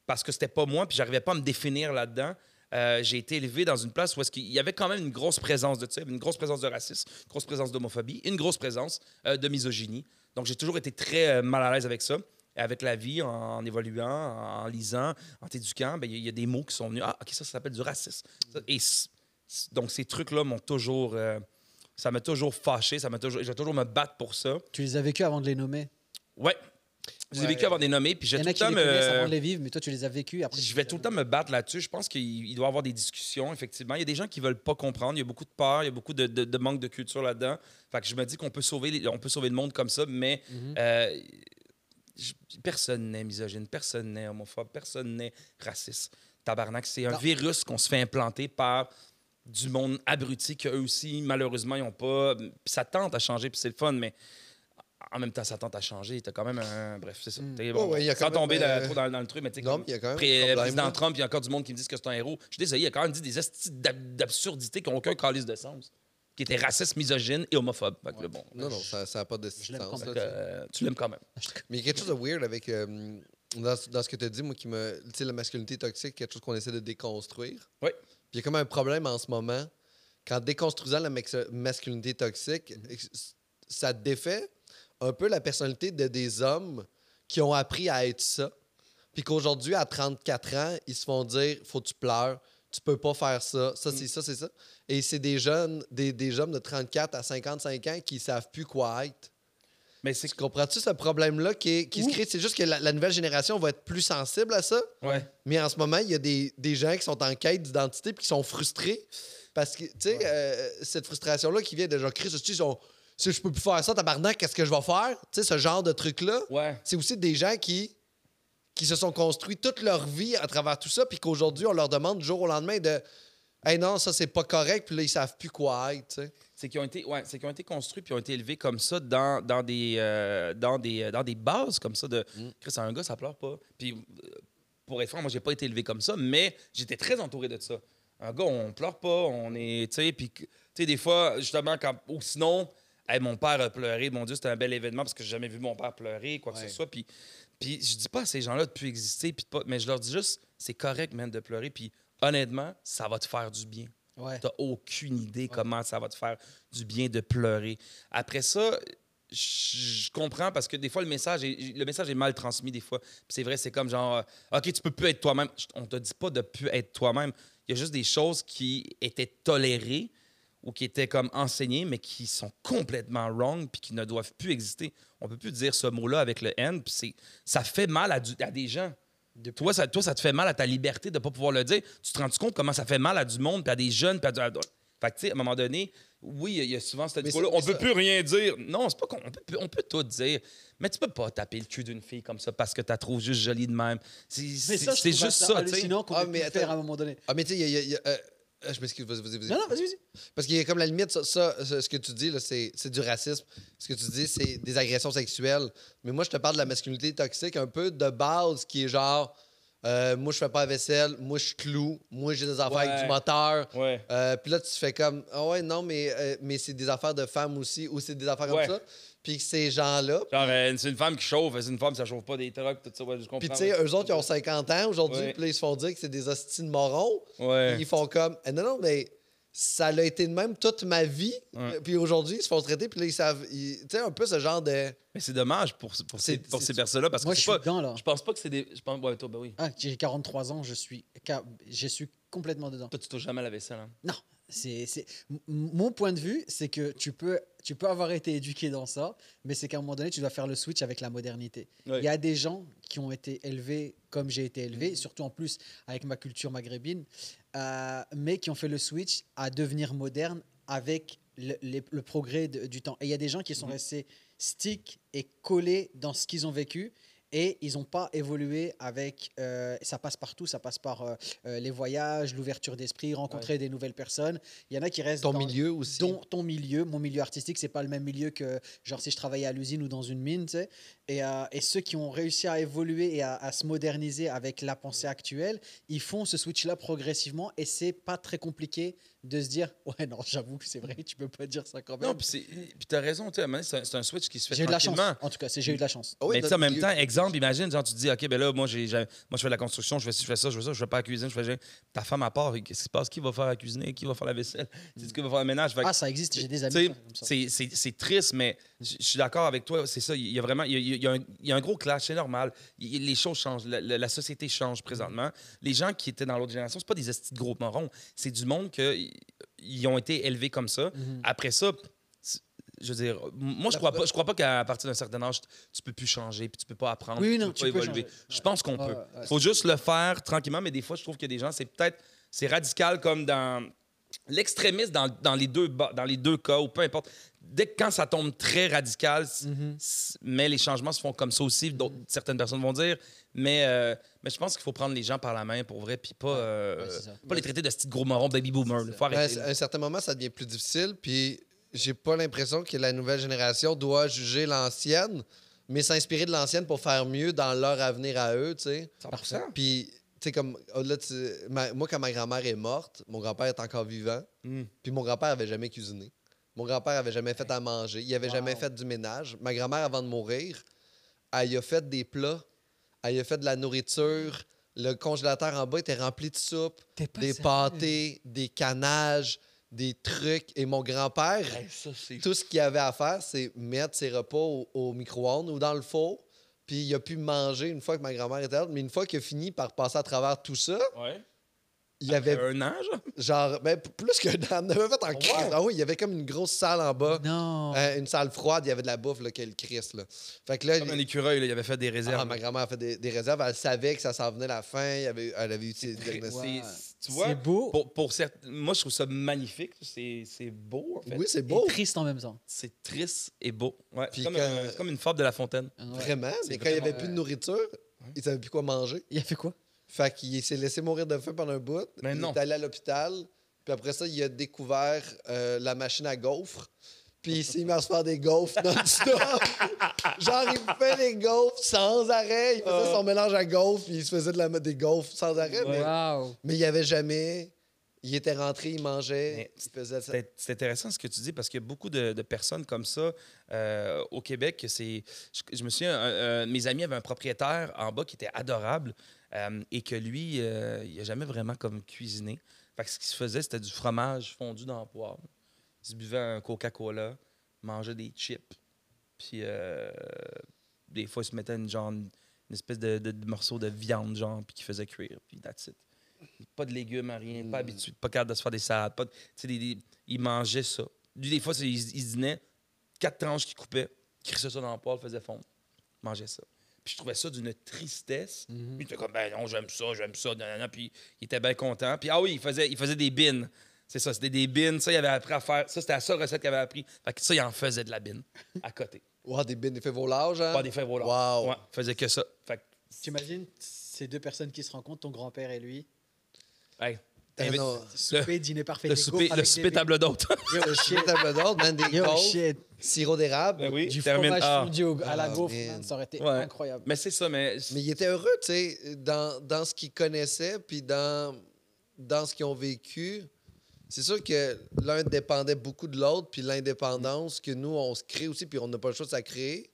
Speaker 1: parce que c'était pas moi, puis j'arrivais pas à me définir là-dedans. Euh, j'ai été élevé dans une place où est-ce qu'il y avait quand même une grosse présence de ça, une grosse présence de racisme, une grosse présence d'homophobie, une grosse présence euh, de misogynie. Donc j'ai toujours été très euh, mal à l'aise avec ça. Et avec la vie, en, en évoluant, en, en lisant, en t'éduquant, ben, il y, a- il y a des mots qui sont venus. Ah, OK, ça, ça s'appelle du racisme. Ça- Et c- c- donc ces trucs-là m'ont toujours. euh, ça m'a toujours fâché, ça m'a toujours, je vais toujours me battre pour ça.
Speaker 2: Tu les as vécus avant de les nommer.
Speaker 1: Ouais. Je les ai
Speaker 3: Ouais.
Speaker 1: vécu avant de les nommer, puis je
Speaker 2: euh, Il y
Speaker 1: vais
Speaker 2: en
Speaker 1: tout
Speaker 2: a
Speaker 1: le
Speaker 2: qui
Speaker 1: temps euh,
Speaker 2: les connaissent avant
Speaker 1: me...
Speaker 2: de les vivre, mais toi, tu les as vécus. Après,
Speaker 1: Je vais tout le temps me battre là-dessus. Je pense qu'il il doit y avoir des discussions, effectivement. Il y a des gens qui veulent pas comprendre. Il y a beaucoup de peur, il y a beaucoup de, de- de manque de culture là-dedans. Fait que je me dis qu'on peut sauver, les- on peut sauver le monde comme ça, mais
Speaker 3: Mm-hmm.
Speaker 1: euh, je- personne n'est misogyne, personne n'est homophobe, personne n'est raciste. Tabarnak, c'est un
Speaker 2: Non.
Speaker 1: virus qu'on se fait implanter par du monde abruti qu'eux aussi, malheureusement, ils n'ont pas. Puis ça tente à changer, puis c'est le fun, mais en même temps, ça tente à changer. T'as quand même un. Bref, c'est ça. T'es
Speaker 3: Oh, ouais, il y a
Speaker 1: sans
Speaker 3: quand même,
Speaker 1: tomber dans-
Speaker 3: euh,
Speaker 1: trop dans, dans le truc, mais tu sais,
Speaker 3: Non,
Speaker 1: comme
Speaker 3: mais il y a quand même un
Speaker 1: pré- euh,
Speaker 3: problème,
Speaker 1: président
Speaker 3: là.
Speaker 1: Trump, il y a encore du monde qui me disent que c'est un héros. Je suis désolé, il a quand même dit des esti d'ab- d'absurdités qui n'ont aucun calice de sens. Qui était raciste, misogyne et homophobe. Fait que là, bon,
Speaker 3: Non, non, ça n'a pas de sens.
Speaker 2: l'aime
Speaker 3: là,
Speaker 2: complètement.
Speaker 1: fait
Speaker 3: tu
Speaker 1: que,
Speaker 3: sais.
Speaker 1: euh, tu l'aimes quand même.
Speaker 3: Mais il y a quelque chose de weird avec. euh, dans, ce- dans ce que tu as dit, moi, qui me. Tu sais, la masculinité toxique, quelque chose qu'on essaie de déconstruire.
Speaker 1: Oui.
Speaker 3: Puis il y a comme un problème en ce moment. Qu'en déconstruisant la mex- masculinité toxique, ex- ça défait un peu la personnalité de des hommes qui ont appris à être ça. Puis qu'aujourd'hui, à 34 ans, ils se font dire faut que tu pleures, tu peux pas faire ça, ça c'est ça, c'est ça. Et c'est des jeunes, des, des hommes de 34 à 55 ans qui savent plus quoi être.
Speaker 1: Mais c'est.
Speaker 3: Tu comprends-tu ce problème-là qui, est- qui se crée? C'est juste que la, la nouvelle génération va être plus sensible à ça.
Speaker 1: Ouais.
Speaker 3: Mais en ce moment, il y a des, des gens qui sont en quête d'identité puis qui sont frustrés. Parce que, tu sais, euh, cette frustration-là qui vient de genre, Chris, hostie, ils sont- si je peux plus faire ça, tabarnak, qu'est-ce que je vais faire? Tu sais, ce genre de truc-là.
Speaker 1: Ouais.
Speaker 3: C'est aussi des gens qui, qui se sont construits toute leur vie à travers tout ça, puis qu'aujourd'hui, on leur demande du jour au lendemain de Hey non, ça c'est pas correct, puis là, ils savent plus quoi être. tu sais.
Speaker 1: C'est qu'ils ont, été- ouais, c'est qu'ils ont été construits puis ont été élevés comme ça dans, dans, des, euh, dans, des, dans des bases comme ça de Chris, un gars, ça pleure pas. Puis euh, pour être franc, moi, j'ai pas été élevé comme ça, mais j'étais très entouré de ça. Un gars, on pleure pas, on est. Tu sais, puis que- tu sais, des fois, justement, quand. Ou sinon, hey, mon père a pleuré, mon Dieu, c'était un bel événement parce que j'ai jamais vu mon père pleurer, quoi que
Speaker 3: Ouais.
Speaker 1: ce soit. Puis, puis je dis pas à ces gens-là de plus exister, puis de pas, mais je leur dis juste, c'est correct, man, de pleurer, puis honnêtement, ça va te faire du bien.
Speaker 2: Ouais.
Speaker 1: T'as aucune idée comment ça va te faire du bien de pleurer. Après ça, je je comprends parce que des fois, le message est, le message est mal transmis. Des fois, Puis c'est vrai, c'est comme genre, euh, OK, tu peux plus être toi-même. Je- On te dit pas de plus être toi-même. Il y a juste des choses qui étaient tolérées ou qui étaient comme enseignées, mais qui sont complètement wrong puis qui ne doivent plus exister. On peut plus dire ce mot-là avec le N, puis c'est- ça fait mal à, du- à des gens. Toi ça, toi, ça te fait mal à ta liberté de ne pas pouvoir le dire. Tu te rends compte comment ça fait mal à du monde, puis à des jeunes, puis à du- à- Fait que, tu sais, à un moment donné, oui, il y a souvent cette
Speaker 3: Mais
Speaker 1: discours-là.
Speaker 3: ça-
Speaker 1: On
Speaker 3: mais
Speaker 1: peut
Speaker 3: ça-
Speaker 1: plus rien dire. Non, c'est pas qu'on on peut, plus- on peut tout dire. Mais tu peux pas taper le cul d'une fille comme ça parce que tu la trouves juste jolie de même. C'est
Speaker 2: Mais
Speaker 1: c'est-
Speaker 2: ça, je
Speaker 1: c'est
Speaker 2: trouve
Speaker 1: juste ça, tu sais.
Speaker 2: hallucinant qu'on
Speaker 3: Ah,
Speaker 2: ait pu
Speaker 3: mais
Speaker 2: le faire
Speaker 3: attends.
Speaker 2: à un moment donné.
Speaker 3: Ah, mais tu sais, il y a- il y a. il y a, euh, euh, je m'excuse, vas-y, vas-y, vas-y.
Speaker 2: Non, non, vas-y, vas-y.
Speaker 3: Parce qu'il y a comme la limite, ça, ça, ça, ce que tu dis, là, c'est c'est du racisme. Ce que tu dis, c'est des agressions sexuelles. Mais moi, je te parle de la masculinité toxique un peu de base qui est genre, euh, moi, je fais pas la vaisselle, moi, je cloue, moi, j'ai des affaires avec
Speaker 1: Ouais.
Speaker 3: du moteur.
Speaker 1: Ouais.
Speaker 3: Euh, puis là, tu fais comme, ah ouais, non, mais, euh, mais c'est des affaires de femmes aussi, ou c'est des affaires
Speaker 1: Ouais.
Speaker 3: comme ça. Puis que ces gens-là,
Speaker 1: Genre, euh, c'est une femme qui chauffe, c'est une femme, ça chauffe pas des trucks, tout ça. Ouais, je comprends.
Speaker 3: puis tu sais, eux autres, ils ont 50 ans aujourd'hui,
Speaker 1: Ouais.
Speaker 3: puis là, ils se font dire que c'est des hosties de morons.
Speaker 1: Ouais.
Speaker 3: Puis Ils font comme, Eh non, non, mais ça l'a été de même toute ma vie.
Speaker 1: Ouais.
Speaker 3: Puis aujourd'hui, ils se font traiter, puis là, ils savent. ils- Tu sais, un peu ce genre de.
Speaker 1: Mais c'est dommage pour, pour ces,
Speaker 3: C'est-
Speaker 1: pour
Speaker 3: c'est-
Speaker 1: ces personnes-là parce
Speaker 2: Moi,
Speaker 1: que
Speaker 2: je
Speaker 1: c'est
Speaker 2: suis
Speaker 1: pas.
Speaker 2: dedans, là.
Speaker 1: Je pense pas que c'est des. Je pense. Ouais, toi, ben oui.
Speaker 2: Ah, j'ai 43 ans, je suis, ca- je suis complètement dedans.
Speaker 1: Toi, tu touches jamais à la vaisselle. hein.
Speaker 2: Non, c'est, c'est... m- mon point de vue, c'est que tu peux, tu peux avoir été éduqué dans ça, mais c'est qu'à un moment donné, tu dois faire le switch avec la modernité.
Speaker 1: Ouais.
Speaker 2: Il y a des gens qui ont été élevés comme j'ai été élevé, surtout en plus avec ma culture maghrébine, euh, mais qui ont fait le switch à devenir moderne avec le, les- le progrès de- du temps. Et il y a des gens qui sont
Speaker 1: Mhm.
Speaker 2: restés stick et collés dans ce qu'ils ont vécu. Et ils n'ont pas évolué avec. euh, ça passe partout, ça passe par euh, euh, les voyages, l'ouverture d'esprit, rencontrer des nouvelles personnes. Il y en a qui restent
Speaker 3: Ton
Speaker 2: dans-
Speaker 3: milieu aussi.
Speaker 2: ton, ton milieu, mon milieu artistique, c'est pas le même milieu que genre si je travaillais à l'usine ou dans une mine, tu sais. Et, euh, et ceux qui ont réussi à évoluer et à, à se moderniser avec la pensée actuelle, ils font ce switch-là progressivement et c'est pas très compliqué de se dire ouais non j'avoue que c'est vrai tu peux pas dire ça quand même.
Speaker 1: Non, puis c'est- puis t'as raison, tu sais, à un moment donné, c'est un- c'est un switch qui se fait
Speaker 2: j'ai eu de la chance.
Speaker 1: tranquillement.
Speaker 2: En tout cas, c'est j'ai eu de la chance.
Speaker 3: Ah oui,
Speaker 1: mais tu sais,
Speaker 3: notre
Speaker 1: en même
Speaker 3: milieu.
Speaker 1: temps, exemple, imagine, genre, tu te dis, OK, ben là, moi, j'ai, j'ai- moi, je fais de la construction, je fais ci, je fais ça, je fais ça, je fais pas la cuisine, je fais. Ta femme à part, qu'est-ce qui se passe? Qui va faire la cuisine? Qui va faire la vaisselle? C'est qui va faire le ménage? Fait que-
Speaker 2: Ah ça existe, j'ai des amis
Speaker 1: tu sais,
Speaker 2: comme ça.
Speaker 1: c'est- c'est c'est triste, mais je je suis d'accord avec toi. C'est ça. Il y a vraiment il y a, il y a un, il y a un gros clash, c'est normal. Il- il- les choses changent. La, la- la société change présentement. Les gens qui étaient dans l'autre génération, c'est pas des estis de gros morons. C'est du monde qui ils ont été élevés comme ça.
Speaker 2: Mhm.
Speaker 1: Après ça, c'est- je veux dire, m- moi, je crois pas, je crois pas qu'à partir d'un certain âge, tu peux plus changer, puis tu peux pas apprendre,
Speaker 2: Oui,
Speaker 1: puis
Speaker 2: non,
Speaker 1: tu peux
Speaker 2: tu
Speaker 1: pas
Speaker 2: peux
Speaker 1: évoluer.
Speaker 2: changer.
Speaker 1: Je pense qu'on
Speaker 2: Ouais,
Speaker 1: peut.
Speaker 2: ouais, ouais.
Speaker 1: faut juste le faire tranquillement, mais des fois, je trouve que des gens, c'est peut-être, c'est radical comme dans l'extrémiste dans, dans les deux, ba- dans les deux cas, ou peu importe. Dès que quand ça tombe très radical, s-
Speaker 2: Mm-hmm.
Speaker 1: s- mais les changements se font comme ça aussi, d'autres- certaines personnes vont dire, mais, euh, mais je pense qu'il faut prendre les gens par la main pour vrai, puis pas, euh,
Speaker 2: ouais, c'est ça. euh,
Speaker 1: pas les traiter de style gros moron, baby boomer. Il faut arrêter.
Speaker 3: à un certain moment, ça devient plus difficile, puis j'ai pas l'impression que la nouvelle génération doit juger l'ancienne, mais s'inspirer de l'ancienne pour faire mieux dans leur avenir à eux, tu sais.
Speaker 1: 100%.
Speaker 3: Puis, tu sais, comme, oh, là, tu- ma- moi, quand ma grand-mère est morte, mon grand-père est encore vivant,
Speaker 1: Mm.
Speaker 3: puis mon grand-père avait jamais cuisiné. Mon grand-père avait jamais fait à manger, il avait
Speaker 2: Wow.
Speaker 3: jamais fait du ménage. Ma grand-mère, avant de mourir, elle y a fait des plats, elle y a fait de la nourriture. Le congélateur en bas était rempli de soupe,
Speaker 2: T'es pas
Speaker 3: des
Speaker 2: sérieux?
Speaker 3: pâtés, des canages, des trucs. Et mon grand-père, tout ce qu'il avait à faire, c'est mettre ses repas au, au micro-ondes ou dans le four. Puis il a pu manger une fois que ma grand-mère était là. Mais une fois qu'il a fini par passer à travers tout ça,
Speaker 1: Ouais.
Speaker 3: il avait
Speaker 1: Un an, genre?
Speaker 3: genre, ben, p- plus qu'un an, il avait fait en crise. Ah oui, il y avait comme une grosse salle en bas,
Speaker 2: Non.
Speaker 3: euh, une salle froide, il y avait de la bouffe, là, quel Chris, là. Fait que là,
Speaker 1: Comme un
Speaker 3: il-
Speaker 1: écureuil, là, il avait fait des réserves.
Speaker 3: ah, ma grand-mère a fait des, des réserves, elle savait que ça s'en venait à la fin, il avait- elle avait eu ses diagnostics.
Speaker 1: C'est-
Speaker 2: Wow.
Speaker 1: Tu vois,
Speaker 2: c'est beau
Speaker 1: Pour, pour certes- moi, je trouve ça magnifique. C'est c'est beau, en fait.
Speaker 3: Oui, c'est
Speaker 2: et
Speaker 3: beau.
Speaker 2: triste en même temps.
Speaker 1: C'est triste et beau. Ouais,
Speaker 3: Puis
Speaker 1: c'est comme,
Speaker 3: quand-
Speaker 1: un- c'est comme une fable de la fontaine.
Speaker 2: Ah, ouais.
Speaker 3: Vraiment,
Speaker 1: C'est
Speaker 3: mais quand il n'y avait
Speaker 1: vraiment- euh,
Speaker 3: plus de nourriture, il savait plus quoi manger.
Speaker 2: Il a fait quoi
Speaker 3: Fait qu'il s'est laissé mourir de faim pendant un bout.
Speaker 1: Mais
Speaker 3: il
Speaker 1: non.
Speaker 3: est allé à l'hôpital. Puis après ça, il a découvert euh, la machine à gaufres. Puis il s'est mis à se faire des gaufres non-stop. Genre, il fait des gaufres sans arrêt. Il faisait
Speaker 1: Oh.
Speaker 3: son mélange à gaufres, puis il se faisait de la, des gaufres sans arrêt. Mais,
Speaker 2: Wow.
Speaker 3: mais il n'y avait jamais. Il était rentré, il mangeait,
Speaker 1: Mais
Speaker 3: il faisait ça.
Speaker 1: C'est c'est intéressant ce que tu dis parce qu'il y a beaucoup de, de personnes comme ça euh, au Québec. que c'est- Je, je me souviens, un- euh, mes amis avaient un propriétaire en bas qui était adorable euh, et que lui, euh, il n'a jamais vraiment comme cuisiné. Fait que ce qu'il se faisait, c'était du fromage fondu dans la poivre. Il se buvait un Coca-Cola, mangeait des chips. Puis euh, des fois, il se mettait une, genre, une espèce de, de- de morceau de viande, genre, puis qu'il faisait cuire. Puis that's it. Pas de légumes, rien, pas habitué, pas capable de se faire des salades. Pas de- tu sais, des- des- il mangeait ça. Lui, des fois, c'est- il, il dînait, quatre tranches qu'il coupait, crissait ça dans le poêle, faisait fondre, mangeait ça. Puis je trouvais ça d'une tristesse.
Speaker 2: Mhm.
Speaker 1: Il était comme, ben non, j'aime ça, j'aime ça, nanana. Puis il était bien content. Puis ah oui, il faisait, il faisait des bines. C'est ça, c'était des bines. Ça, il avait appris à faire. Ça, c'était la seule recette qu'il avait appris. Fait que ça, il en faisait de la bine à côté.
Speaker 3: Wow, des bines, des volages, hein?
Speaker 1: Pas des fèvres là.
Speaker 3: Wow.
Speaker 1: Ouais, faisait que ça. Fait que,
Speaker 2: T'imagines ces deux personnes qui se rencontrent, ton grand-père et lui,
Speaker 1: hey,
Speaker 3: Eh
Speaker 1: invite-
Speaker 3: non.
Speaker 2: souper, dîner parfait,
Speaker 1: le
Speaker 2: des
Speaker 1: souper,
Speaker 2: gaufres
Speaker 1: le
Speaker 2: avec
Speaker 1: souper
Speaker 2: des-
Speaker 1: table d'hôte.
Speaker 2: Yo,
Speaker 3: Des
Speaker 2: shit.
Speaker 3: tables d'or, man, des
Speaker 2: Yo,
Speaker 3: gaufres,
Speaker 2: shit.
Speaker 3: sirop d'érable.
Speaker 1: Ben oui,
Speaker 2: Du
Speaker 1: termine.
Speaker 2: fromage
Speaker 1: Ah.
Speaker 2: fondu au- à la
Speaker 3: Ah,
Speaker 2: gaufre,
Speaker 3: man.
Speaker 2: man, ça aurait été
Speaker 1: Ouais.
Speaker 2: incroyable.
Speaker 1: Mais c'est ça, mais.
Speaker 3: Mais il était heureux, tu sais, dans, dans ce qu'ils connaissaient, puis dans, dans ce qu'ils ont vécu. C'est sûr que l'un dépendait beaucoup de l'autre, puis l'indépendance que nous, on se crée aussi, puis on n'a pas le choix de la créer.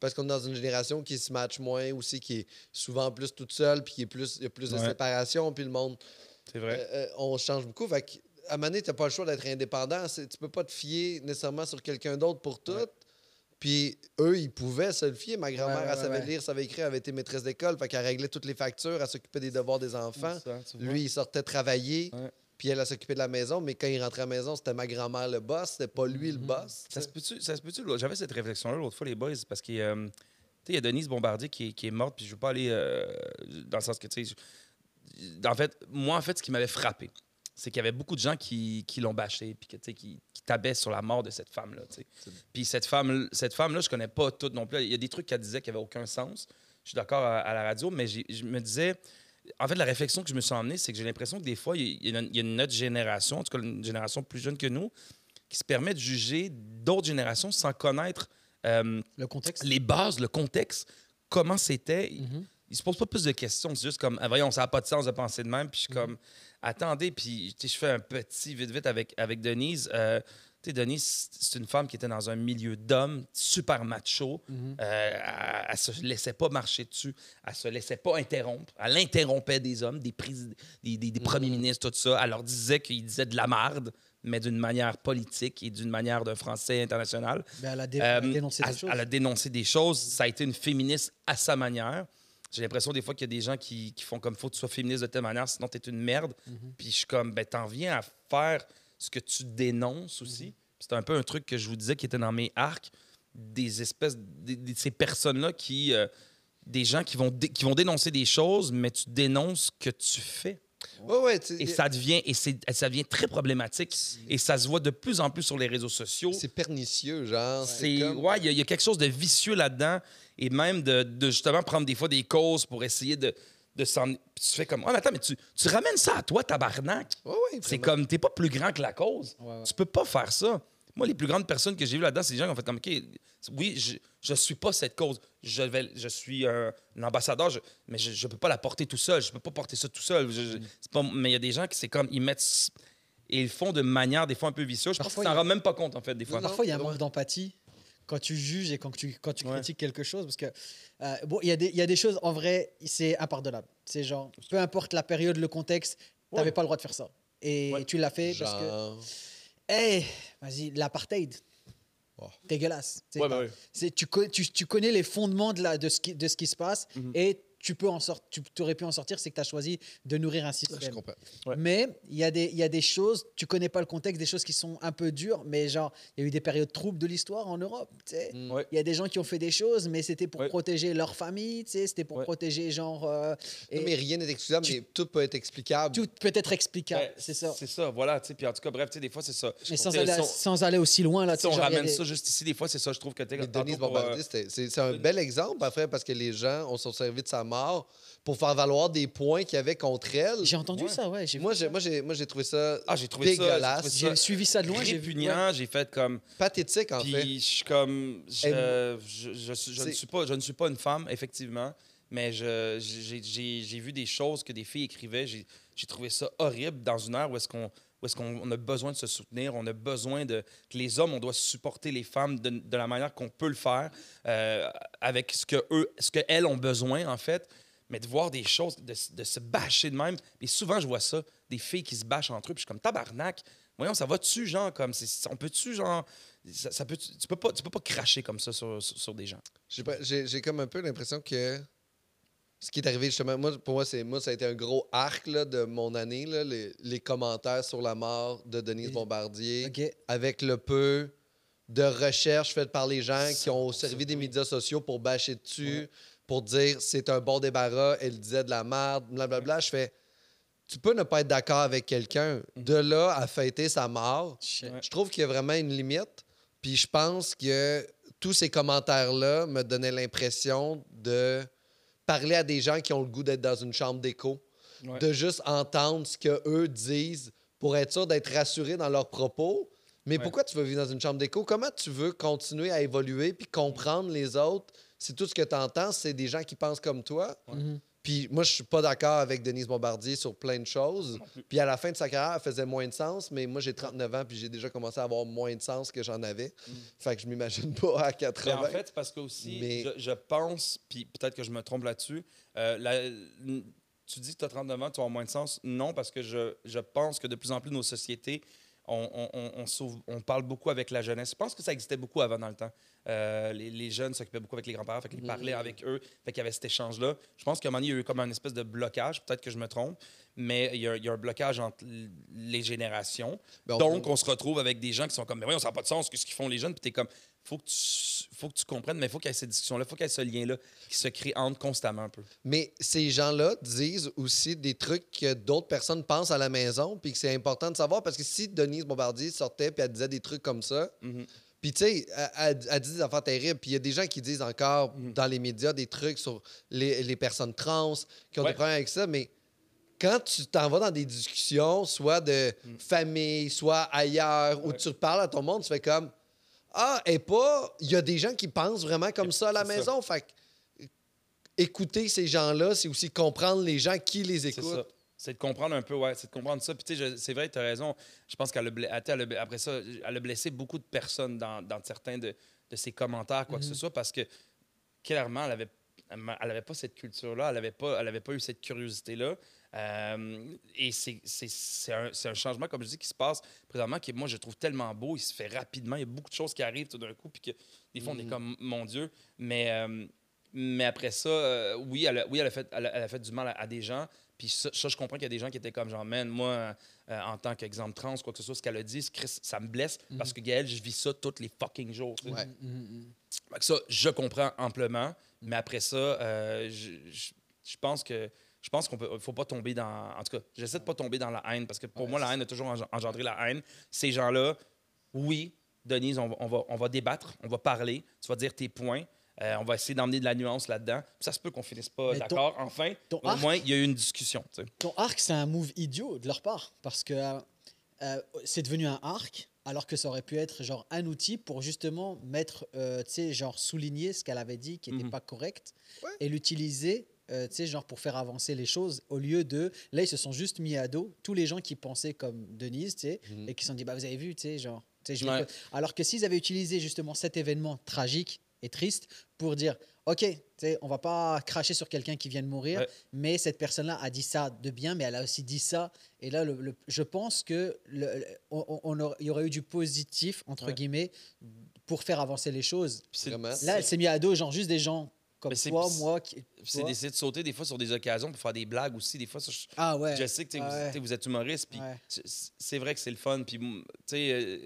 Speaker 3: Parce qu'on est dans une génération qui se match moins aussi, qui est souvent plus toute seule, puis qui est plus, il y a plus de
Speaker 1: Ouais.
Speaker 3: séparation, puis le monde,
Speaker 1: C'est vrai.
Speaker 3: euh, euh, on change beaucoup. Fait que, à un moment donné, t'as pas le choix d'être indépendant. C'est- Tu peux pas te fier nécessairement sur quelqu'un d'autre pour tout.
Speaker 1: Ouais.
Speaker 3: Puis eux, ils pouvaient se le fier. Ma grand-mère,
Speaker 2: Ouais, ouais,
Speaker 3: elle savait
Speaker 2: ouais.
Speaker 3: lire, savait écrire, elle avait été maîtresse d'école. Fait qu'elle réglait toutes les factures, elle s'occupait des devoirs des enfants.
Speaker 1: Ça, tu vois.
Speaker 3: Lui, il sortait travailler.
Speaker 1: Ouais.
Speaker 3: Puis elle, elle s'occupait de la maison. Mais quand il rentrait à la maison, c'était ma grand-mère le boss, c'était pas lui le
Speaker 1: Mhm.
Speaker 3: boss.
Speaker 1: Ça se peut-tu, ça se peut-tu, l'autre- j'avais cette réflexion-là l'autre fois, les boys, parce que, euh, tu sais, il y a Denise Bombardier qui, est- qui est morte, puis je veux pas aller euh, dans le sens que, tu sais, je- en fait, moi, en fait, ce qui m'avait frappé, c'est qu'il y avait beaucoup de gens qui, qui l'ont bâché, puis que, tu sais, qui, qui tabaient sur la mort de cette femme-là, tu sais. Puis cette femme, cette femme-là, je connais pas toutes non plus. Il y a des trucs qu'elle disait qui n'avaient aucun sens. Je suis d'accord à, à la radio, mais j'ai- je me disais... En fait, la réflexion que je me suis emmenée, c'est que j'ai l'impression que des fois, il y a, une- il y a une autre génération, en tout cas une génération plus jeune que nous, qui se permet de juger d'autres générations sans connaître euh,
Speaker 2: Le contexte.
Speaker 1: les bases, le contexte, comment c'était. Ils-
Speaker 2: Mhm.
Speaker 1: Ils se posent pas plus de questions. C'est juste comme, Ah, voyons, ça n'a pas de sens de penser de même. Puis je suis comme, attendez, puis tu sais, je fais un petit vite-vite avec, avec Denise. Euh, tu sais, Denise, c'est une femme qui était dans un milieu d'hommes, super macho.
Speaker 2: Mhm.
Speaker 1: Euh, elle, elle se laissait pas marcher dessus, elle se laissait pas interrompre. Elle interrompait des hommes, des, présid- des, des- des premiers ministres, tout ça. Elle leur disait qu'ils disaient de la marde, mais d'une manière politique et d'une manière d'un français international.
Speaker 2: Ben, elle a dé-
Speaker 1: Euh,
Speaker 2: elle a dénoncé des
Speaker 1: elle,
Speaker 2: choses.
Speaker 1: elle a dénoncé des choses. Ça a été une féministe à sa manière. J'ai l'impression des fois qu'il y a des gens qui, qui font comme faut que tu sois féministe de telle manière, sinon t'es une merde.
Speaker 2: Mm-hmm.
Speaker 1: Puis je suis comme, ben t'en viens à faire ce que tu dénonces aussi.
Speaker 2: Mm-hmm.
Speaker 1: Puis C'est un peu un truc que je vous disais qui était dans mes arcs, des espèces, des- des- ces personnes-là qui, euh, des gens qui vont, dé- qui vont dénoncer des choses, mais tu dénonces ce que tu fais.
Speaker 3: Ouais, ouais. tu-
Speaker 1: Et ça devient, et c'est- ça devient très problématique. Et ça se voit de plus en plus sur les réseaux sociaux.
Speaker 3: C'est pernicieux, genre.
Speaker 1: C'est
Speaker 3: comme-
Speaker 1: ouais, il y, a- il y a quelque chose de vicieux là-dedans et même de, de justement prendre des fois des causes pour essayer de de s'en puis tu fais comme oh attends mais tu, tu ramènes ça à toi tabarnak.
Speaker 3: Ouais, ouais,
Speaker 1: C'est
Speaker 3: vraiment.
Speaker 1: comme t'es pas plus grand que la cause.
Speaker 2: Ouais, ouais.
Speaker 1: Tu peux pas faire ça. Moi les plus grandes personnes que j'ai vues là-dedans, c'est des gens qui ont fait comme OK, oui, je je suis pas cette cause. Je vais je suis un, un ambassadeur, je- mais je, je peux pas la porter tout seul, je peux pas porter ça tout seul. Je- je- c'est pas mais il y a des gens qui c'est comme ils mettent et ils le font de manière des fois un peu vicieuse. Je pense
Speaker 2: Parfois,
Speaker 1: que tu
Speaker 2: il y
Speaker 1: t'en
Speaker 2: a-
Speaker 1: rends même pas compte en fait des fois.
Speaker 3: Non,
Speaker 2: Parfois, il y a un
Speaker 3: ouais.
Speaker 2: manque d'empathie quand tu juges et quand tu, quand tu
Speaker 1: Ouais.
Speaker 2: critiques quelque chose. Parce que, euh, bon, il y, a des- il y a des choses, en vrai, c'est impardonnable. C'est genre, peu importe la période, le contexte, tu n'avais
Speaker 1: Ouais.
Speaker 2: pas le droit de faire ça. Et
Speaker 1: Ouais.
Speaker 2: tu l'as fait parce que.
Speaker 3: Genre.
Speaker 2: Hey, vas-y, l'apartheid.
Speaker 3: Oh.
Speaker 2: Dégueulasse. Tu sais,
Speaker 1: Ouais,
Speaker 2: t'as-
Speaker 1: bah oui.
Speaker 2: c'est- tu, co- tu- tu connais les fondements de, la, de, ce, qui, de ce qui se passe
Speaker 1: Mhm.
Speaker 2: et tu peux en sortir. Tu aurais pu en sortir, c'est que tu as choisi de nourrir un système.
Speaker 3: Je comprends.
Speaker 1: Ouais.
Speaker 2: Mais il y, a des- il y a des choses, tu connais pas le contexte, des choses qui sont un peu dures, mais genre, il y a eu des périodes troubles de l'histoire en Europe. tu sais.
Speaker 3: Mm.
Speaker 1: Ouais.
Speaker 2: Il y a des gens qui ont fait des choses, mais c'était pour
Speaker 1: Mhm. Ouais.
Speaker 2: protéger leur famille, tu sais, c'était pour
Speaker 1: Ouais.
Speaker 2: protéger genre. euh,
Speaker 3: Non,
Speaker 2: et
Speaker 3: mais rien n'est excusable,
Speaker 2: tu-
Speaker 3: mais tout peut être explicable.
Speaker 2: Tout peut être explicable,
Speaker 1: Ben,
Speaker 2: c'est ça.
Speaker 1: C'est ça, voilà. tu sais, Puis en tout cas, bref, tu sais, des fois, c'est ça.
Speaker 2: Mais sans
Speaker 1: Tu sais,
Speaker 2: aller,
Speaker 1: si on-
Speaker 2: sans aller aussi loin, là,
Speaker 1: si
Speaker 2: tu sais,
Speaker 1: on
Speaker 2: genre, il y a
Speaker 1: ramène
Speaker 2: des-
Speaker 1: ça juste ici, des fois, c'est ça, je trouve que tu
Speaker 2: euh,
Speaker 3: Mais Denise Bombardier, c'était- c'est c'est un bel exemple, après, parce que les gens, on s'est servi de sa mort pour faire valoir des points qu'il y avait contre elle.
Speaker 2: J'ai entendu
Speaker 1: Ouais.
Speaker 2: ça, ouais. J'ai
Speaker 3: Moi, j'ai- moi, j'ai moi, j'ai trouvé ça
Speaker 1: Ah, j'ai trouvé ça-
Speaker 3: dégueulasse.
Speaker 1: j'ai trouvé
Speaker 2: j'ai
Speaker 1: ça-
Speaker 2: suivi ça de loin. j'ai vu- ouais.
Speaker 1: répugnant, j'ai fait comme.
Speaker 3: Pathétique, en
Speaker 1: Puis
Speaker 3: fait.
Speaker 1: je suis comme. Je, euh,
Speaker 3: Et
Speaker 1: je, je suis- je ne
Speaker 3: c'est-
Speaker 1: suis pas, je ne suis pas une femme, effectivement, mais je- j'ai j'ai- j'ai vu des choses que des filles écrivaient. J'ai j'ai trouvé ça horrible dans une ère où est-ce qu'on où est-ce qu'on on a besoin de se soutenir, on a besoin de que les hommes, on doit supporter les femmes de, de la manière qu'on peut le faire, euh, avec ce que eux, ce que elles ont besoin en fait. Mais de voir des choses, de, s- de se bâcher de même. Et souvent, je vois ça, des filles qui se bâchent entre eux. Puis je suis comme tabarnak. Voyons, ça va-tu, genre, comme. c'est- On peut-tu, genre. Ça, ça peut, tu, peux pas, tu peux pas cracher comme ça sur, sur- sur des gens.
Speaker 3: J'ai pas- J'ai j'ai comme un peu l'impression que ce qui est arrivé justement, moi, pour moi, c'est moi, ça a été un gros arc là, de mon année, là, les, les commentaires sur la mort de Denise
Speaker 2: Et-
Speaker 3: Bombardier,
Speaker 2: Ok.
Speaker 3: avec le peu de recherche faite par les gens qui ont
Speaker 1: 100%,
Speaker 3: servi des médias sociaux pour bâcher dessus, pour dire c'est un bon débarras, elle disait de la merde, blablabla. Je fais, tu peux ne pas être d'accord avec quelqu'un. De là à fêter sa mort,
Speaker 2: Shit.
Speaker 1: Ouais.
Speaker 3: je trouve qu'il y a vraiment une limite. Puis je pense que tous ces commentaires-là me donnaient l'impression de parler à des gens qui ont le goût d'être dans une chambre d'écho,
Speaker 1: Ouais.
Speaker 3: de juste entendre ce que eux disent pour être sûr d'être rassuré dans leurs propos. Mais
Speaker 1: Ouais.
Speaker 3: pourquoi tu veux vivre dans une chambre d'écho? Comment tu veux continuer à évoluer puis comprendre les autres si tout ce que tu entends, c'est des gens qui pensent comme toi?
Speaker 2: Mhm.
Speaker 3: Puis moi, je suis pas d'accord avec Denise Bombardier sur plein de choses. Puis à la fin de sa carrière, elle faisait moins de sens, mais moi, j'ai 39 ans, puis j'ai déjà commencé à avoir moins de sens que j'en avais. Fait que je m'imagine pas
Speaker 1: Mm.
Speaker 3: à
Speaker 1: Mais
Speaker 3: 80.
Speaker 1: Ben, en fait, c'est parce que aussi,
Speaker 3: Mais-
Speaker 1: je, je pense, puis peut-être que je me trompe là-dessus, euh, la- n- tu dis que tu as 39 ans, tu as moins de sens. Non, parce que je, je pense que de plus en plus nos sociétés, on, on- on- on s'ouvre- on parle beaucoup avec la jeunesse. Je pense que ça existait beaucoup avant dans le temps. Euh, les, les jeunes s'occupaient beaucoup avec les grands-parents, fait qu'ils parlaient avec eux, fait qu'il y avait cet échange-là. Je pense qu'à un moment donné, il y a eu comme un espèce de blocage, peut-être que je me trompe, mais il y a, il y a un blocage entre l- les générations.
Speaker 3: Ben, on-
Speaker 1: Donc, on se retrouve avec des gens qui sont comme, mais voyons, ça n'a pas de sens, qu'est-ce qu'ils font les jeunes? Puis t'es comme, faut que tu, faut que tu comprennes, mais faut qu'il y ait cette discussion-là, faut qu'il y ait ce lien-là qui se crée entre constamment un peu.
Speaker 3: Mais ces gens-là disent aussi des trucs que d'autres personnes pensent à la maison, puis que c'est important de savoir, parce que si Denise Bombardier sortait puis elle disait des trucs comme ça,
Speaker 1: Mhm.
Speaker 3: puis tu sais, elle, elle- elle dit des affaires terribles, puis il y a des gens qui disent encore
Speaker 1: Mhm.
Speaker 3: dans les médias des trucs sur les, les personnes trans, qui ont
Speaker 1: Ouais.
Speaker 3: des problèmes avec ça, mais quand tu t'en vas dans des discussions, soit de famille, soit ailleurs, où
Speaker 1: Mhm. Ouais.
Speaker 3: tu parles à ton monde, tu fais comme Ah, et pas, il y a des gens qui pensent vraiment comme ça à la
Speaker 1: c'est ça.
Speaker 3: maison. Fait que, euh, écouter ces gens-là, c'est aussi comprendre les gens qui les
Speaker 1: C'est ça.
Speaker 3: écoutent.
Speaker 1: C'est de comprendre un peu, ouais, c'est de comprendre ça. Puis tu sais, je- c'est vrai, tu as raison. Je pense qu'elle a bla- attends, elle a- après ça, elle a blessé beaucoup de personnes dans, dans certains de, de ses commentaires, quoi que ce soit, parce que clairement, elle avait, elle m'a- elle avait pas cette culture-là, elle avait pas, elle avait pas eu cette curiosité-là. Euh, et c'est- c'est c'est un, c'est un changement, comme je dis, qui se passe présentement, qui, moi, je trouve tellement beau. Il se fait rapidement. Il y a beaucoup de choses qui arrivent tout d'un coup, puis que des fois, on est comme, mon Dieu. Mais, euh, mais après ça, euh, oui, elle a, oui elle, a fait, elle, a, elle a fait du mal à, à des gens. Puis ça, ça, je comprends qu'il y a des gens qui étaient comme, genre, man, moi, euh, en tant qu'exemple trans, quoi que ce soit, ce qu'elle a dit, ce Christ, ça me blesse,
Speaker 2: Mhm.
Speaker 1: parce que Gaël, je vis ça tous les fucking jours. tu sais.
Speaker 3: Ouais.
Speaker 1: Fait que ça, je comprends amplement, mais après ça, euh, je, je- je pense que je pense qu'on peut faut pas tomber dans en tout cas, j'essaie de pas tomber dans la haine parce que pour moi la haine a toujours enge- engendré la haine. Ces gens-là, oui, Denise, on va, on va- on va débattre, on va parler, tu vas dire tes points. euh, on va essayer d'emmener de la nuance là-dedans. Ça se peut qu'on finisse pas
Speaker 2: Mais ton-
Speaker 1: d'accord. Enfin,
Speaker 2: ton
Speaker 1: au
Speaker 2: arc-
Speaker 1: moins, il y a eu une discussion. tu sais.
Speaker 2: Ton arc, c'est un move idiot de leur part parce que euh, euh, c'est devenu un arc alors que ça aurait pu être genre un outil pour justement mettre, euh, tu sais, genre souligner ce qu'elle avait dit qui n'était
Speaker 1: Mhm.
Speaker 2: pas correct
Speaker 3: Ouais.
Speaker 2: et l'utiliser. euh, tu sais, genre pour faire avancer les choses au lieu de. Là, ils se sont juste mis à dos tous les gens qui pensaient comme Denise, tu sais,
Speaker 3: Mhm.
Speaker 2: et qui se sont dit, bah, vous avez vu, tu sais, genre. tu sais, je vais
Speaker 1: Ouais.
Speaker 2: pas- Alors que s'ils avaient utilisé justement cet événement tragique et triste pour dire, OK, tu sais, on va pas cracher sur quelqu'un qui vient de mourir,
Speaker 1: Ouais.
Speaker 2: mais cette personne-là a dit ça de bien, mais elle a aussi dit ça. Et là, le- le- je pense que le- le- on, on- on aurait- il y aurait eu du positif, entre
Speaker 1: Ouais.
Speaker 2: guillemets, pour faire avancer les choses.
Speaker 1: Puis c'est-
Speaker 3: Vraiment.
Speaker 1: c'est-
Speaker 2: Là, elle s'est mise à dos, genre juste des gens comme
Speaker 1: Mais c'est-
Speaker 2: toi,
Speaker 1: c'est-
Speaker 2: moi. qui-
Speaker 1: puis c'est
Speaker 2: toi.
Speaker 1: d'essayer de sauter des fois sur des occasions pour faire des blagues aussi. Des fois, ça, je-
Speaker 2: Ah ouais.
Speaker 1: Je sais que tu sais, vous-
Speaker 2: Ouais.
Speaker 1: tu sais, vous, êtes humoriste, puis
Speaker 2: Ouais.
Speaker 1: c- c'est vrai que c'est le fun. Puis, m- tu sais, euh,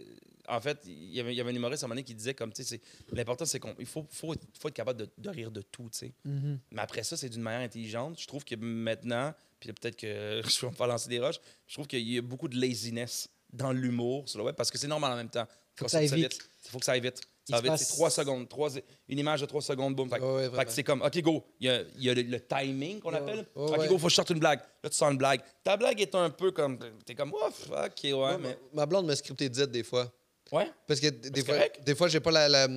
Speaker 1: en fait, il y, avait, il y avait un humoriste à un moment donné qui disait comme, tu sais, c'est- l'important, c'est qu'il faut, faut, être- faut être capable de, de rire de tout, tu sais.
Speaker 2: Mhm.
Speaker 1: Mais après ça, c'est d'une manière intelligente. Je trouve que maintenant, puis là, peut-être que je vais me faire lancer des roches, je trouve qu'il y a beaucoup de laziness dans l'humour sur le web parce que c'est normal en même temps.
Speaker 2: Faut
Speaker 1: Quand
Speaker 2: que ça aille
Speaker 1: vite,
Speaker 2: vite.
Speaker 1: Il faut que ça aille vite. Ça
Speaker 2: Il se
Speaker 1: va être
Speaker 2: passe-
Speaker 1: trois secondes, trois, une image de trois secondes, boum. Fait, que-
Speaker 3: Ouais, ouais,
Speaker 1: fait
Speaker 3: vraiment.
Speaker 1: que c'est comme, OK, go. Il y a, il y a le, le timing qu'on
Speaker 2: Ouais.
Speaker 1: appelle.
Speaker 3: Ouais,
Speaker 1: OK,
Speaker 3: ouais.
Speaker 1: go, faut que je sorte une blague. Là, tu sors une blague. Ta blague est un peu comme. T'es comme, ouf, OK, ouais,
Speaker 3: Moi,
Speaker 1: mais.
Speaker 3: Ma ma blonde me scripté dit des fois.
Speaker 1: Ouais.
Speaker 3: Parce que d- des
Speaker 1: C'est
Speaker 3: fois,
Speaker 1: correct.
Speaker 3: des fois j'ai pas la. la-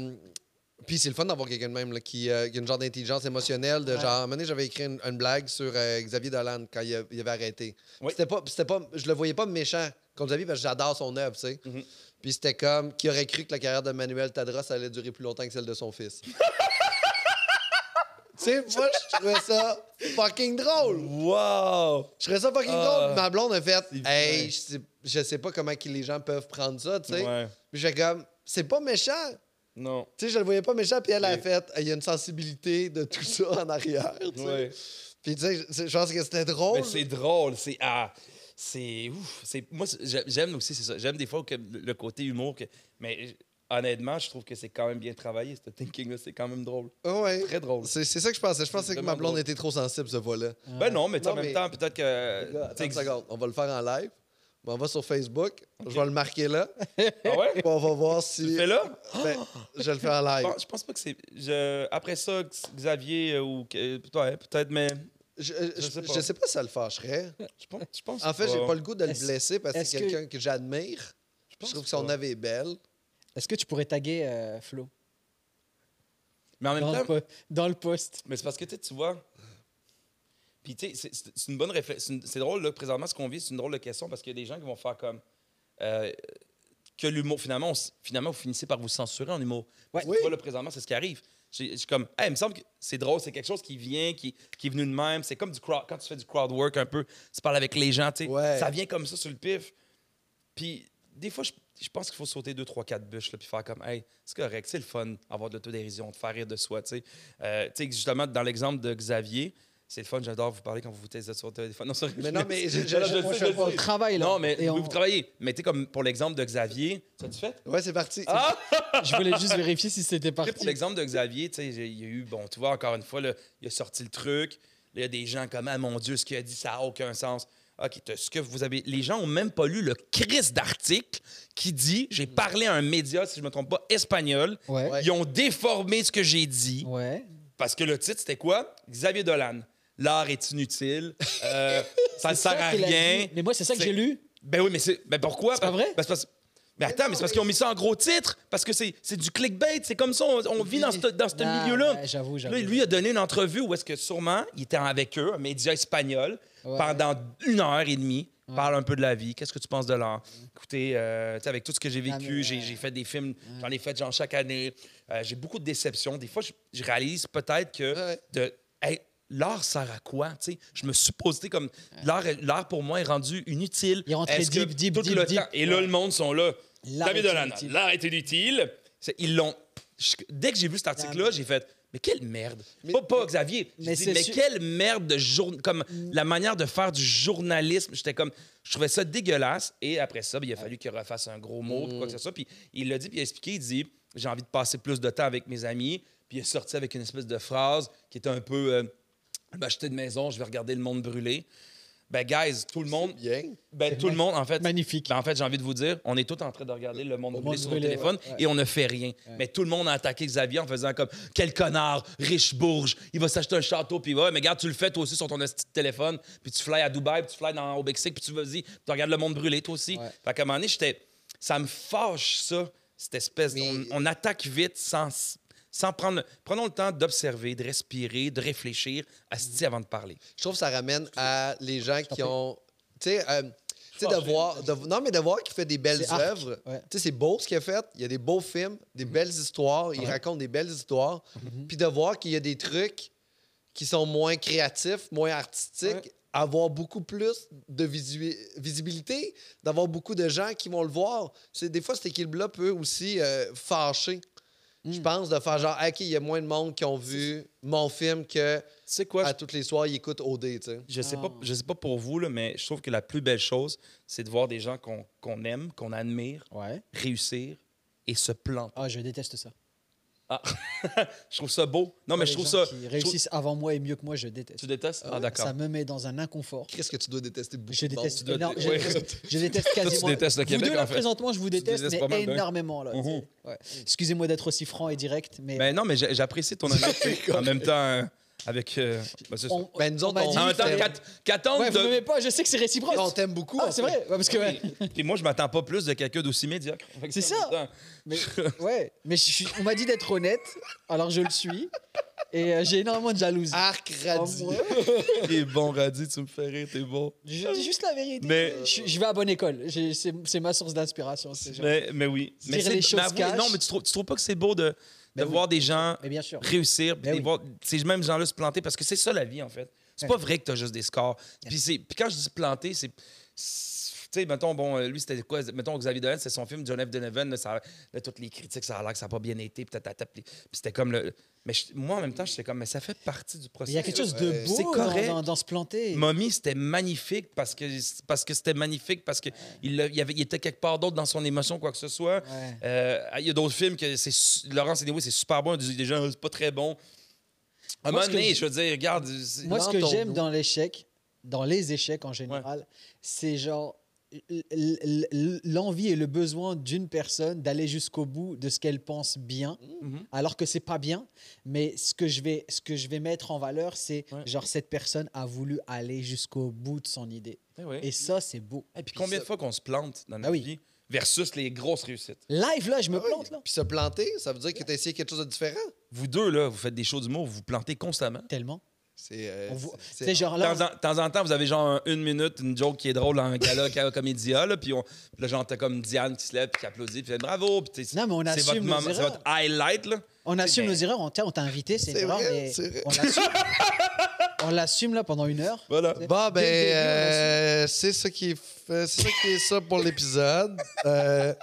Speaker 3: Puis c'est le fun d'avoir quelqu'un de même là, qui, euh, qui a une genre d'intelligence émotionnelle. De, Genre, à un moment donné, j'avais écrit une, une blague sur euh, Xavier Dolan quand il, a- il avait arrêté.
Speaker 1: Oui.
Speaker 3: C'était pas, c'était pas, je le voyais pas méchant contre Xavier parce que j'adore son œuvre, tu sais.
Speaker 1: Mhm.
Speaker 3: Puis c'était comme qui aurait cru que la carrière de Manuel Tadros allait durer plus longtemps que celle de son fils. tu sais, moi, je trouvais ça fucking drôle.
Speaker 1: Wow!
Speaker 3: Je serais ça fucking
Speaker 1: Ah.
Speaker 3: drôle. Ma blonde a fait
Speaker 1: C'est vrai.
Speaker 3: Hey, je sais, je sais pas comment que les gens peuvent prendre ça, tu sais.
Speaker 1: Ouais.
Speaker 3: Puis j'ai comme C'est pas méchant.
Speaker 1: Non.
Speaker 3: Tu sais, je le voyais pas méchant, puis elle a
Speaker 1: Ok.
Speaker 3: fait Il y a une sensibilité de tout ça en arrière, tu sais.
Speaker 1: Ouais.
Speaker 3: Puis tu sais, je- je pense que c'était drôle.
Speaker 1: Mais c'est drôle, c'est ah, c'est ouf, c'est moi c'est- j'a- j'aime aussi c'est ça, j'aime des fois que le côté humour que mais j- honnêtement, je trouve que c'est quand même bien travaillé ce thinking là, c'est quand même drôle,
Speaker 3: Ah Ouais.
Speaker 1: très drôle.
Speaker 3: C'est c'est ça que je pensais. Je pensais que
Speaker 1: Vraiment
Speaker 3: ma blonde
Speaker 1: drôle.
Speaker 3: était trop sensible, ce volet.
Speaker 1: Ben non, mais tu sais, en
Speaker 3: Ah. Non,
Speaker 1: même
Speaker 3: mais-
Speaker 1: temps peut-être que
Speaker 3: Attends une seconde, on va le faire en live. On va sur Facebook. Je vais le marquer là.
Speaker 1: Ah ouais?
Speaker 3: puis on va voir si.
Speaker 1: Mais là,
Speaker 3: Ben, je vais le fais en
Speaker 1: je
Speaker 3: live.
Speaker 1: pense- je pense pas que c'est je- après ça X- Xavier euh, ou que- ouais, peut-être mais
Speaker 3: Je, je-
Speaker 1: sais pas.
Speaker 3: je sais pas si ça le fâcherait.
Speaker 1: je pense je pense
Speaker 3: En fait, j'ai pas le goût de le
Speaker 2: Est-ce-
Speaker 3: blesser parce que
Speaker 2: est-ce
Speaker 3: c'est
Speaker 2: que-
Speaker 3: quelqu'un que, j'admire. Je,
Speaker 1: pense
Speaker 3: trouve que son
Speaker 1: pas.
Speaker 3: œuvre est belle.
Speaker 2: Est-ce que tu pourrais taguer euh, Flo
Speaker 1: Mais en même
Speaker 2: dans,
Speaker 1: temps,
Speaker 2: le po- dans le post
Speaker 1: Mais c'est parce que tu sais, tu vois. Puis tu sais, c'est- c'est c'est une bonne réflexion. C'est drôle, là, présentement, ce qu'on vit, c'est une drôle de question parce qu'il y a des gens qui vont faire comme. euh, que l'humour, finalement, on s- finalement, vous finissez par vous censurer en humour. Parce que
Speaker 3: Oui.
Speaker 1: Tu vois, là, présentement, c'est ce qui arrive. J'ai- Je suis comme, hey, il me semble que c'est drôle, c'est quelque chose qui vient, qui, qui est venu de même. C'est comme du crowd, quand tu fais du crowd work un peu, tu parles avec les gens, tu sais.
Speaker 3: Ouais.
Speaker 1: Ça vient comme ça sur le pif. Puis des fois, je, je pense qu'il faut sauter deux, trois, quatre bûches, là, puis faire comme, hey, c'est correct, c'est le fun, avoir de l'autodérision, de faire rire de soi, tu sais. Euh, tu sais, justement, dans l'exemple de Xavier, c'est le fun, j'adore vous parler quand vous vous taisez sur le téléphone. Non, sorry,
Speaker 3: Mais non, mais je- je-
Speaker 1: je- je-
Speaker 3: moi,
Speaker 1: je-
Speaker 3: je
Speaker 1: je-
Speaker 3: fais pas
Speaker 2: On travaille là.
Speaker 1: Non, mais oui,
Speaker 2: Et on-
Speaker 1: vous travaillez. Mais tu sais, comme pour l'exemple de Xavier, ça tu fait?
Speaker 3: Ouais, c'est parti.
Speaker 2: Ah! Je voulais juste vérifier si c'était
Speaker 1: Tu sais, Pour
Speaker 2: parti.
Speaker 1: l'exemple de Xavier, tu sais, j'ai- il y a eu, bon, tu vois, encore une fois, là, il a sorti le truc. Là, il y a des gens comme, ah mon Dieu, ce qu'il a dit, ça n'a aucun sens. OK, t'as- ce que vous avez. Les gens ont même pas lu le crise d'article qui dit j'ai parlé à un média, si je me trompe pas, espagnol.
Speaker 2: Ouais.
Speaker 3: Ouais.
Speaker 1: Ils ont déformé ce que j'ai dit.
Speaker 2: Ouais.
Speaker 1: Parce que le titre, c'était quoi? Xavier Dolan. L'art est inutile. Euh, ça ne
Speaker 2: C'est
Speaker 1: sert à
Speaker 2: qu'il a
Speaker 1: rien.
Speaker 2: dit. Mais moi, c'est ça que
Speaker 1: C'est-
Speaker 2: j'ai lu.
Speaker 1: Ben oui, mais c'est. Ben pourquoi?
Speaker 2: C'est pas
Speaker 1: Parce-
Speaker 2: vrai?
Speaker 1: ben c'est parce- Mais attends, mais c'est parce qu'ils ont mis ça en gros titre, parce que c'est c'est du clickbait, c'est comme ça, on, on vit dans ce, dans ce
Speaker 2: Ah,
Speaker 1: milieu-là.
Speaker 2: ouais, J'avoue, j'avoue.
Speaker 1: Là, lui a donné une entrevue où est-ce que sûrement il était avec eux, un média espagnol,
Speaker 2: Ouais.
Speaker 1: pendant une heure et demie.
Speaker 2: Ouais.
Speaker 1: Parle un peu de la vie. Qu'est-ce que tu penses de l'art? Écoutez, euh, tu sais, avec tout ce que j'ai
Speaker 2: Ah,
Speaker 1: vécu,
Speaker 2: mais,
Speaker 1: j'ai
Speaker 2: euh,
Speaker 1: j'ai fait des films, j'en ai fait genre chaque année. Euh, j'ai beaucoup de déceptions. Des fois, je, je réalise peut-être que
Speaker 3: Ouais.
Speaker 1: de Hey, l'art sert à quoi? Tu sais, je me suppose, tu sais, comme l'art, l'art pour moi est rendu inutile.
Speaker 2: Il est rentré
Speaker 1: Est-ce que
Speaker 2: deep, deep,
Speaker 1: tout
Speaker 2: deep,
Speaker 1: le
Speaker 2: deep.
Speaker 1: temps- Et là, le monde sont là.
Speaker 2: L'art
Speaker 1: Xavier
Speaker 2: est
Speaker 1: Dolan,
Speaker 2: inutile.
Speaker 1: l'art est inutile. C'est- Ils l'ont. je- Dès que j'ai vu cet article-là, j'ai fait. Mais quelle merde! pas, pas Xavier. J'ai
Speaker 2: Ah, mais
Speaker 1: dit,
Speaker 2: c'est Mm.
Speaker 1: Mais,
Speaker 2: sûr-
Speaker 1: quelle merde de jour... comme la manière de faire du journalisme. J'étais comme, je trouvais ça dégueulasse. Et après ça, ben, il a fallu qu'il refasse un gros mot, puis quoi
Speaker 2: Mm.
Speaker 1: que ce soit. Puis il l'a dit, puis il a expliqué, il dit, j'ai envie de passer plus de temps avec mes amis. Puis il est sorti avec une espèce de phrase qui était un peu, euh, je vais acheter une maison, je vais regarder le monde brûler. Ben, guys, tout le monde,
Speaker 3: Bien.
Speaker 1: ben, tout le monde, en fait,
Speaker 2: Magnifique.
Speaker 1: ben, en fait, j'ai envie de vous dire, on est tous en train de regarder le monde brûler
Speaker 2: monde
Speaker 1: sur nos
Speaker 2: brûler,
Speaker 1: téléphones
Speaker 2: ouais, ouais.
Speaker 1: et on ne fait rien. Mais tout le monde a attaqué Xavier en faisant comme quel connard, riche bourge, il va s'acheter un château puis ouais, mais regarde, tu le fais toi aussi sur ton esti de téléphone, puis tu fly à Dubaï, puis tu fly dans au Mexique, puis tu vas-y, puis tu regardes le monde brûler toi aussi.
Speaker 2: Ouais.
Speaker 1: Fait qu'à un moment donné, j'étais ça me fâche ça, cette espèce
Speaker 3: Mais-
Speaker 1: on, on attaque vite sans sans prendre prenons le temps d'observer, de respirer, de réfléchir,
Speaker 2: Mm.
Speaker 1: asti avant de parler.
Speaker 3: Je trouve que ça ramène à les gens qui ont. Tu sais, euh, tu sais,
Speaker 1: Je
Speaker 3: de
Speaker 1: pense que
Speaker 3: voir. de- non, mais de voir qu'il fait des belles
Speaker 2: C'est arc,
Speaker 3: œuvres.
Speaker 2: ouais. Mhm.
Speaker 3: Tu sais, c'est beau ce qu'il a fait. Il y a des beaux films, des belles histoires. Il raconte des belles histoires. Puis de voir qu'il y a des trucs qui sont moins créatifs, moins artistiques, avoir beaucoup plus de visu- visibilité, d'avoir beaucoup de gens qui vont le voir. C'est, des fois, cet équilibre-là peut aussi euh, fâcher.
Speaker 2: Hmm.
Speaker 3: Je pense de faire genre, Ah, OK, il y a moins de monde qui ont vu mon film que
Speaker 1: Tu sais quoi?
Speaker 3: à tous les soirs, ils écoutent OD, tu sais.
Speaker 1: je sais
Speaker 2: Ah.
Speaker 1: pas je sais pas pour vous là, mais je trouve que la plus belle chose c'est de voir des gens qu'on qu'on aime qu'on admire
Speaker 2: Ouais.
Speaker 1: réussir et se planter
Speaker 2: Ah, je déteste ça.
Speaker 1: Ah. je trouve ça beau. Non, mais
Speaker 2: Les
Speaker 1: je trouve
Speaker 2: gens
Speaker 1: ça.
Speaker 2: Qui
Speaker 1: je
Speaker 2: réussissent avant moi et mieux que moi, je
Speaker 1: trouve- Tu
Speaker 2: déteste.
Speaker 1: détestes? Ah, d'accord.
Speaker 2: Ça me met dans un inconfort.
Speaker 3: Qu'est-ce que tu dois détester beaucoup
Speaker 2: Je
Speaker 3: de monde.
Speaker 2: déteste,
Speaker 1: dois-
Speaker 2: énorme- je,
Speaker 1: ouais.
Speaker 2: déteste je déteste
Speaker 1: tu
Speaker 2: quasiment.
Speaker 1: détestes le
Speaker 2: vous
Speaker 1: Québec,
Speaker 2: deux, là,
Speaker 1: en fait.
Speaker 2: présentement, je vous déteste,
Speaker 1: détestes
Speaker 2: mais
Speaker 1: pas mal, ben.
Speaker 2: énormément. Là, tu sais.
Speaker 1: Mhm.
Speaker 2: Ouais. Excusez-moi d'être aussi franc et direct, mais
Speaker 1: Ben non, mais j'ai- j'apprécie ton honnêteté. en même temps, euh, avec. euh, ben, c'est ça.
Speaker 2: on,
Speaker 3: Ben, nous
Speaker 2: on
Speaker 3: autres,
Speaker 2: m'a
Speaker 3: on-
Speaker 2: dit-
Speaker 1: en même temps,
Speaker 3: c'est-
Speaker 1: qu'at- qu'attendre
Speaker 2: Ouais, vous
Speaker 1: de-
Speaker 2: m'aimez pas, je sais que c'est réciproque.
Speaker 3: On t'aime beaucoup.
Speaker 2: Ah,
Speaker 3: en
Speaker 2: c'est
Speaker 3: fait.
Speaker 2: vrai, ouais, parce que ouais,
Speaker 1: Puis moi, je m'attends pas plus de quelqu'un d'aussi médiocre. Fait que
Speaker 2: C'est
Speaker 1: en même temps,
Speaker 2: mais, ouais, mais je suis- on m'a dit d'être honnête, alors je le suis, et euh, j'ai énormément de jalousie.
Speaker 1: Ah,
Speaker 3: Arc
Speaker 2: En
Speaker 3: radis.
Speaker 2: Ah, moi.
Speaker 1: T'es bon, Radis, tu me fais rire, t'es bon.
Speaker 2: Je dis juste la vérité.
Speaker 1: Mais-
Speaker 2: Je, suis- je vais à bonne école. J'ai- C'est c'est ma source d'inspiration. ces gens. Mais,
Speaker 1: Mais, mais oui.
Speaker 2: Dire
Speaker 1: Mais c'est-
Speaker 2: les choses
Speaker 1: mais avouez-
Speaker 2: cash.
Speaker 1: Non, mais tu trouves, tu trouves pas que c'est beau de, de
Speaker 2: Ben oui.
Speaker 1: voir des gens
Speaker 2: bien sûr.
Speaker 1: réussir, puis
Speaker 2: Ben
Speaker 1: de
Speaker 2: oui. Ben
Speaker 1: voir ces mêmes gens-là se planter, parce que c'est ça la vie, en fait. C'est
Speaker 2: Ouais.
Speaker 1: pas vrai que t'as juste des scores. Puis c'est- puis quand je dis planter, c'est. c'est- Tu sais, mettons, bon, euh, lui, c'était quoi? Mettons, Xavier Dolan, c'est son film, John F. Donovan, là, ça a- là, toutes les critiques, ça a l'air que ça n'a pas bien été, puis tatata, puis puis c'était comme le... Mais je- moi, en même temps, j'étais comme, mais ça fait partie du
Speaker 2: Mais
Speaker 1: processus.
Speaker 2: Il y a quelque chose de
Speaker 3: Ouais.
Speaker 1: C'est
Speaker 2: beau dans,
Speaker 1: correct.
Speaker 2: dans- dans se planter.
Speaker 1: Mommy, c'était magnifique parce que parce que c'était magnifique parce que il, l'a- il y avait, il était quelque part d'autre dans son émotion quoi que ce soit.
Speaker 2: Ouais.
Speaker 1: Euh, Il y a d'autres films que c'est su- Laurence Anyway, c'est super bon, des gens c'est pas très bon. À un
Speaker 2: Moi,
Speaker 1: moment
Speaker 2: ce que
Speaker 1: donné,
Speaker 2: je-
Speaker 1: je veux dire, regarde, c'est-
Speaker 2: Moi, ce que
Speaker 3: Lentons-nous.
Speaker 2: j'aime dans l'échec, dans les échecs en général, c'est genre l- l- l- l'envie et le besoin d'une personne d'aller jusqu'au bout de ce qu'elle pense bien,
Speaker 1: Mhm.
Speaker 2: alors que c'est pas bien. Mais ce que je vais, ce que je vais mettre en valeur, c'est
Speaker 1: Ouais.
Speaker 2: genre cette personne a voulu aller jusqu'au bout de son idée.
Speaker 1: Eh oui.
Speaker 2: Et ça, c'est beau.
Speaker 1: Et puis combien de fois qu'on se plante dans notre
Speaker 2: Ah oui.
Speaker 1: vie versus les grosses réussites.
Speaker 2: Live là, je me
Speaker 3: Ah oui.
Speaker 2: plante là.
Speaker 3: Puis se planter, ça veut dire que t'as essayé quelque chose de différent.
Speaker 1: Vous deux là, vous faites des shows d'humour, vous vous plantez constamment.
Speaker 2: Tellement.
Speaker 3: C'est. euh,
Speaker 2: On voit-
Speaker 3: c'est-
Speaker 2: C'est genre
Speaker 1: De
Speaker 2: là.
Speaker 1: temps en- de temps en temps, vous avez genre un- une minute, une joke qui est drôle en gala, gala comédia, là, puis on, puis là, genre, t'as comme Diane qui se lève, puis qui applaudit, puis fait bravo, puis t'es-
Speaker 2: Non, mais on
Speaker 1: c'est votre
Speaker 2: assume nos
Speaker 1: moment- c'est
Speaker 2: erreurs.
Speaker 1: votre highlight, là.
Speaker 2: On assume
Speaker 1: Ben-
Speaker 2: nos erreurs. On t'a on t'a invité, c'est
Speaker 3: C'est
Speaker 2: une erreur,
Speaker 3: vrai,
Speaker 2: mais
Speaker 3: c'est vrai.
Speaker 2: on l'assume. on l'assume là pendant une heure.
Speaker 1: Voilà.
Speaker 3: Bon, ben,
Speaker 2: Dès le début, on a su.
Speaker 3: euh, c'est ça qui est fait- c'est ça qui est ça pour l'épisode. Euh,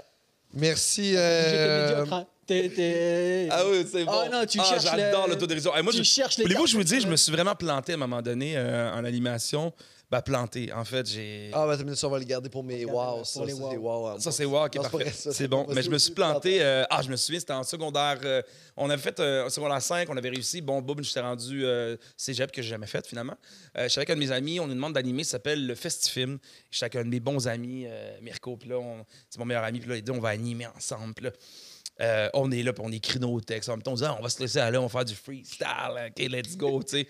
Speaker 3: merci.
Speaker 2: Ah, J'étais
Speaker 3: euh,
Speaker 2: médiocre. hein. T'es- t'es-
Speaker 1: Ah oui, c'est bon.
Speaker 2: Ah non, tu cherches
Speaker 1: J'adore
Speaker 2: le-
Speaker 1: l'autodérision. Hey, moi,
Speaker 2: tu
Speaker 1: je-
Speaker 2: cherches les
Speaker 1: Voulez-vous que
Speaker 2: cartes.
Speaker 1: je vous dise, je me suis vraiment planté à un moment donné euh, en animation. Ben, planté. En fait, j'ai.
Speaker 3: Ah, ben, t'as mis ça, on va le garder pour mes
Speaker 2: On garde,
Speaker 3: wow.
Speaker 2: pour
Speaker 3: Ça,
Speaker 2: les
Speaker 3: ça,
Speaker 2: wow.
Speaker 3: c'est wow. hein.
Speaker 1: Ça, c'est wow, ok,
Speaker 3: Non, c'est pas
Speaker 1: parfait.
Speaker 3: vrai, ça,
Speaker 1: C'est bon.
Speaker 3: c'est pas
Speaker 1: Mais je me
Speaker 3: possible.
Speaker 1: suis planté. euh, ah, je me souviens, c'était en secondaire. euh, on avait fait euh, en secondaire 5, on avait réussi. Bon, boum, j'étais rendu euh, cégep que j'ai jamais fait finalement. Euh, je suis avec un de mes amis, on nous demande d'animer, ça s'appelle le Festifilm. Je suis avec un de mes bons amis, euh, Mirko, puis là, on- c'est mon meilleur ami, puis là, il dit on va animer ensemble. Puis là, euh, on est là, puis on écrit nos textes. En même temps, on dit, Ah, on va se laisser aller, on va faire du freestyle. OK, let's go, tu sais.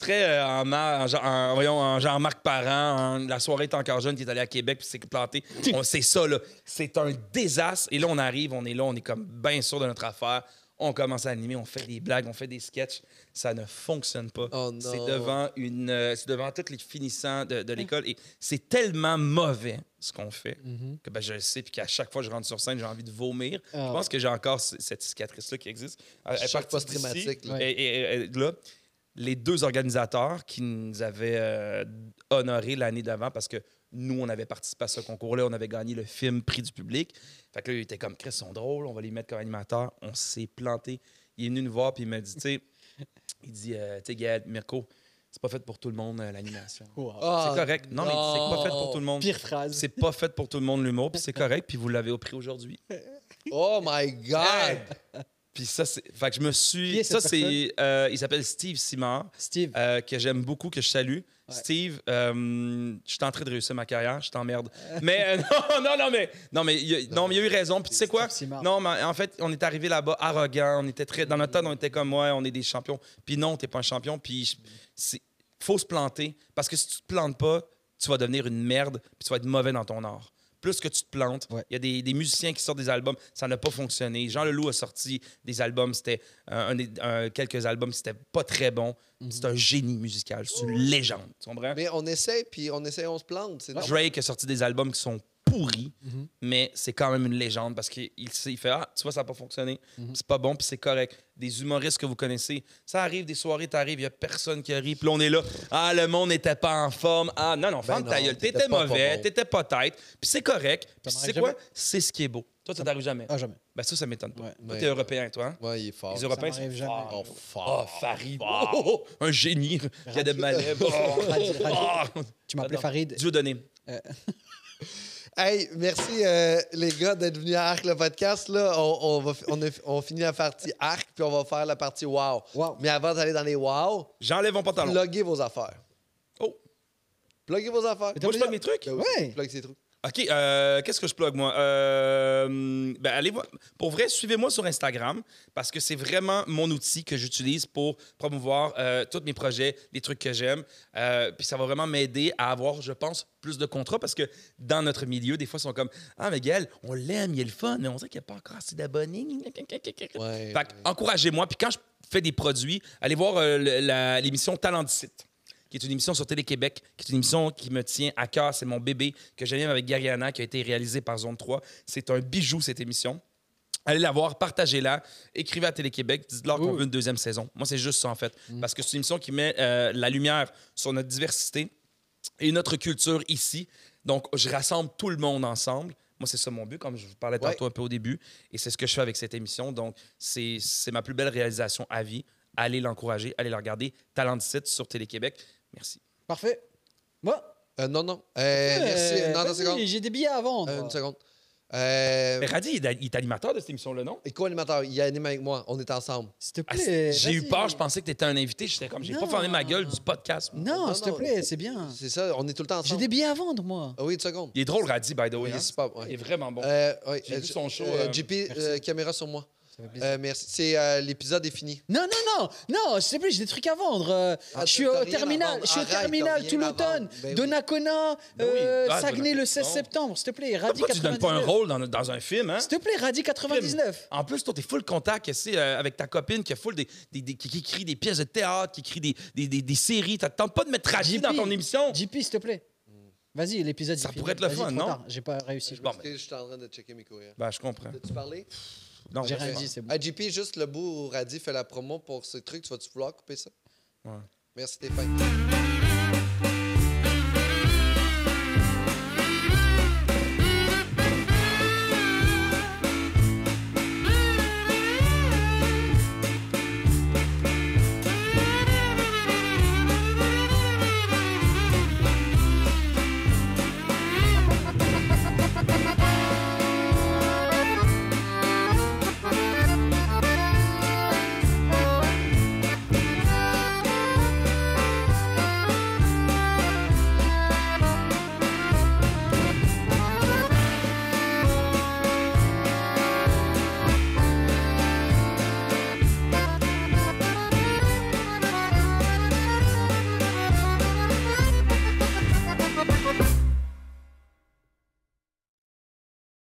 Speaker 1: Très euh, en, ma- en Jean- en- voyons, en Jean-Marc Parent, en La soirée est encore jeune, qui est allé à Québec, puis s'est planté. On sait ça, là. C'est un désastre. Et là, on arrive, on est là, on est comme bien sûr de notre affaire. On commence à animer, on fait des blagues, on fait des sketchs. Ça ne fonctionne pas.
Speaker 3: Oh, non. Hein?
Speaker 1: c'est devant une, euh, c'est devant tous les finissants de, de l'école. Et c'est tellement mauvais, ce qu'on fait, que ben, je le sais, puis qu'à chaque fois que je rentre sur scène, j'ai envie de vomir.
Speaker 2: Ah.
Speaker 1: Je pense que j'ai encore c- cette cicatrice-là qui existe. Elle- elle est
Speaker 3: Choc
Speaker 1: partie
Speaker 3: post-traumatique,
Speaker 1: d'ici,
Speaker 3: là.
Speaker 1: et- et- et- là, les deux organisateurs qui nous avaient euh, honorés l'année d'avant parce que nous, on avait participé à ce concours-là, on avait gagné le film prix du public. Fait que là, il était comme, Chris, ils sont drôles, on va les mettre comme animateurs. On s'est planté. Il est venu nous voir, puis il m'a dit, tu sais, il dit, euh, tu sais, Gaël, Mirko, c'est pas fait pour tout le monde, euh, l'animation.
Speaker 2: Wow.
Speaker 3: Ah,
Speaker 1: c'est correct. Non, mais c'est pas fait pour tout le monde.
Speaker 2: Pire phrase.
Speaker 1: Oh, C'est pas fait pour tout le monde, l'humour, puis c'est correct, puis vous l'avez au prix aujourd'hui.
Speaker 3: Oh my
Speaker 1: Hey!
Speaker 3: God!
Speaker 1: Puis ça, c'est. Fait que je me
Speaker 2: Qui est
Speaker 1: suis. Ça,
Speaker 2: cette
Speaker 1: c'est. euh, il s'appelle Steve Simard,
Speaker 2: Steve.
Speaker 1: euh, que j'aime beaucoup, que je salue.
Speaker 2: Ouais.
Speaker 1: Steve, euh, je suis en train de réussir ma carrière, je t'emmerde. Mais euh, non, non, non, mais. Non, mais il y a, non, mais il y a eu raison. Puis tu sais quoi?
Speaker 2: Steve Simard.
Speaker 1: Non, mais en fait, on est arrivé là-bas arrogant. On était très. Dans notre tête, on était comme, ouais, on est des champions. Puis non, t'es pas un champion. Puis je- c'est- faut se planter. Parce que si tu te plantes pas, tu vas devenir une merde. Puis tu vas être mauvais dans ton art. Plus que tu te plantes, il
Speaker 2: Ouais.
Speaker 1: y a des, des musiciens qui sortent des albums, ça n'a pas fonctionné. Jean Leloup a sorti des albums, c'était euh, un des- un- quelques albums, c'était pas très bon. C'est un génie musical, c'est une légende. Tu comprends?
Speaker 3: Mais on essaie, puis on essaie, on se plante. C'est normal.
Speaker 1: Drake a sorti des albums qui sont pourris, mais c'est quand même une légende parce qu'il il sait- il fait Ah, tu vois, ça n'a pas fonctionné, c'est pas bon, puis c'est correct. Des humoristes que vous connaissez, ça arrive, des soirées, t'arrives, il n'y a personne qui arrive, puis là, on est là. Ah, le monde n'était pas en forme. Ah, non, non, ferme
Speaker 3: non,
Speaker 1: ta gueule,
Speaker 3: t'étais
Speaker 1: t'étais
Speaker 3: pas pas
Speaker 1: mauvais,
Speaker 3: bon.
Speaker 1: t'étais pas tête, puis c'est correct. Puis
Speaker 2: m'arrive
Speaker 1: c'est quoi?
Speaker 2: jamais.
Speaker 1: C'est ce qui est beau. Toi, ça t'arrive jamais.
Speaker 2: Ah, jamais.
Speaker 1: Ben ça, ça m'étonne pas.
Speaker 2: Ouais.
Speaker 1: Toi,
Speaker 3: Ouais. Ah.
Speaker 1: t'es européen, toi. hein?
Speaker 3: Ouais, il est fort.
Speaker 1: Les Européens
Speaker 2: m'arrive
Speaker 1: sont
Speaker 2: jamais.
Speaker 1: forts.
Speaker 3: Oh,
Speaker 1: Oh,
Speaker 3: fort.
Speaker 1: Farid. Oh, oh, oh, un génie. Il y a de
Speaker 2: Radis-
Speaker 1: malèves.
Speaker 2: Radis- Radis-
Speaker 1: Oh, oh.
Speaker 2: Tu m'appelais
Speaker 1: Pardon.
Speaker 2: Farid.
Speaker 1: Dieu donné.
Speaker 3: Hey, merci euh, les gars d'être venus à Arc le podcast. Là, on, on va, on, a- on finit la partie Arc puis on va faire la partie Wow.
Speaker 2: Wow.
Speaker 3: Mais avant d'aller dans les Wow,
Speaker 1: J'enlève mon pantalon.
Speaker 3: pluguez vos affaires.
Speaker 1: Oh,
Speaker 3: Pluguez vos affaires.
Speaker 1: moi, je plug mes trucs?
Speaker 3: Ben oui,
Speaker 2: Ouais.
Speaker 3: Plug ses trucs.
Speaker 1: OK, euh, qu'est-ce que je plug, moi? Euh, ben, allez voir. Pour vrai, suivez-moi sur Instagram parce que c'est vraiment mon outil que j'utilise pour promouvoir euh, tous mes projets, les trucs que j'aime. Euh, puis ça va vraiment m'aider à avoir, je pense, plus de contrats parce que dans notre milieu, des fois, ils sont comme Ah, Miguel, on l'aime, il est le fun, mais on dirait qu'il n'y a pas encore assez d'abonnés.
Speaker 3: Ouais.
Speaker 1: Fait que, encouragez-moi. Puis quand je fais des produits, allez voir euh, le- la- l'émission Talent Site, qui est une émission sur Télé-Québec, qui est une émission qui me tient à cœur. C'est mon bébé que j'aime avec Gariana, qui a été réalisé par Zone 3. C'est un bijou, cette émission. Allez la voir, partagez-la, écrivez à Télé-Québec, dites-leur qu'on
Speaker 2: Oui.
Speaker 1: veut une deuxième saison. Moi, c'est juste ça, en fait. Parce que c'est une émission qui met euh, la lumière sur notre diversité et notre culture ici. Donc, je rassemble tout le monde ensemble. Moi, c'est ça mon but, comme je vous parlais
Speaker 3: Ouais.
Speaker 1: tantôt un peu au début. Et c'est ce que je fais avec cette émission. Donc, c'est c'est ma plus belle réalisation à vie. Allez l'encourager, allez la regarder. Talent de site sur Télé-Québec. Merci.
Speaker 2: Parfait. Moi?
Speaker 3: Euh, non, non. Euh, merci.
Speaker 2: Euh,
Speaker 3: Non, deux
Speaker 2: vas-y,
Speaker 3: secondes.
Speaker 2: J'ai des billets à vendre.
Speaker 3: Euh, une seconde. Euh,
Speaker 1: Mais Radi, il est- il est animateur de cette émission-là, non?
Speaker 3: et co-animateur, il anime avec moi. On est ensemble.
Speaker 2: S'il te
Speaker 1: Ah,
Speaker 2: plaît.
Speaker 1: J'ai eu
Speaker 2: vas-y.
Speaker 1: peur, je pensais que tu étais un invité. J'étais comme, j'ai pas
Speaker 2: euh, Non.
Speaker 1: fermé ma gueule du podcast.
Speaker 2: Non,
Speaker 3: Non,
Speaker 2: s'il te
Speaker 3: non.
Speaker 2: plaît, c'est bien.
Speaker 3: C'est ça, on est tout le temps
Speaker 2: Ah. J'ai
Speaker 3: ensemble.
Speaker 2: des billets à vendre, moi.
Speaker 3: Ah oui, une seconde.
Speaker 1: Il est drôle, Radi, by the way.
Speaker 3: Il est
Speaker 1: hein?
Speaker 3: super, ouais.
Speaker 1: Il est vraiment bon.
Speaker 3: Euh, ouais,
Speaker 1: J'ai
Speaker 3: euh,
Speaker 1: vu son show,
Speaker 3: euh,
Speaker 1: euh,
Speaker 3: JP, euh,
Speaker 2: merci.
Speaker 3: caméra sur moi.
Speaker 2: Ça fait plaisir.
Speaker 3: Euh, merci. C'est euh, l'épisode est fini.
Speaker 2: Non, non, non, non, je sais plus, j'ai des trucs à vendre. euh,
Speaker 3: Ah,
Speaker 2: je suis
Speaker 3: t'as
Speaker 2: au
Speaker 3: rien à
Speaker 2: terminal,
Speaker 3: vendre.
Speaker 2: je suis au
Speaker 3: Arrête, t'as
Speaker 2: terminal
Speaker 3: rien
Speaker 2: tout
Speaker 3: à
Speaker 2: l'automne.
Speaker 3: vendre. Ben oui.
Speaker 2: Donnacona,
Speaker 1: Ben oui.
Speaker 2: euh,
Speaker 1: Ah,
Speaker 2: Saguenay le
Speaker 1: Donnacona.
Speaker 2: 16
Speaker 1: Non.
Speaker 2: septembre, s'il te plaît, Radis
Speaker 1: Pourquoi tu donnes pas un
Speaker 2: 99.
Speaker 1: rôle dans, dans un film, hein?
Speaker 2: S'il te plaît, Radis 99.
Speaker 1: En plus, toi, t'es full contact que c'est, euh, avec ta copine qui, a full des, des- des- qui, qui écrit des pièces de théâtre, qui écrit des, des, des, des séries. T'attends pas de mettre Radi
Speaker 2: JP,
Speaker 1: dans ton émission.
Speaker 2: JP, s'il te plaît. Vas-y, l'épisode
Speaker 1: Mm. Ça
Speaker 2: est fini.
Speaker 1: pourrait être le
Speaker 2: Vas-y,
Speaker 1: fun,
Speaker 2: trop
Speaker 1: non? Bah,
Speaker 2: tard, J'ai pas réussi.
Speaker 1: Bon,
Speaker 3: Parce que je suis en train de checker mes courriels.
Speaker 1: Ben, je comprends.
Speaker 3: T'as-tu parlé?
Speaker 1: Non,
Speaker 2: J'ai
Speaker 1: je
Speaker 2: rien
Speaker 1: comprends.
Speaker 2: dit, c'est bon.
Speaker 3: Ah, JP, juste le bout où Radi fait la promo pour ce truc, tu vas-tu vouloir couper ça?
Speaker 1: Ouais.
Speaker 3: Merci, Stéphane.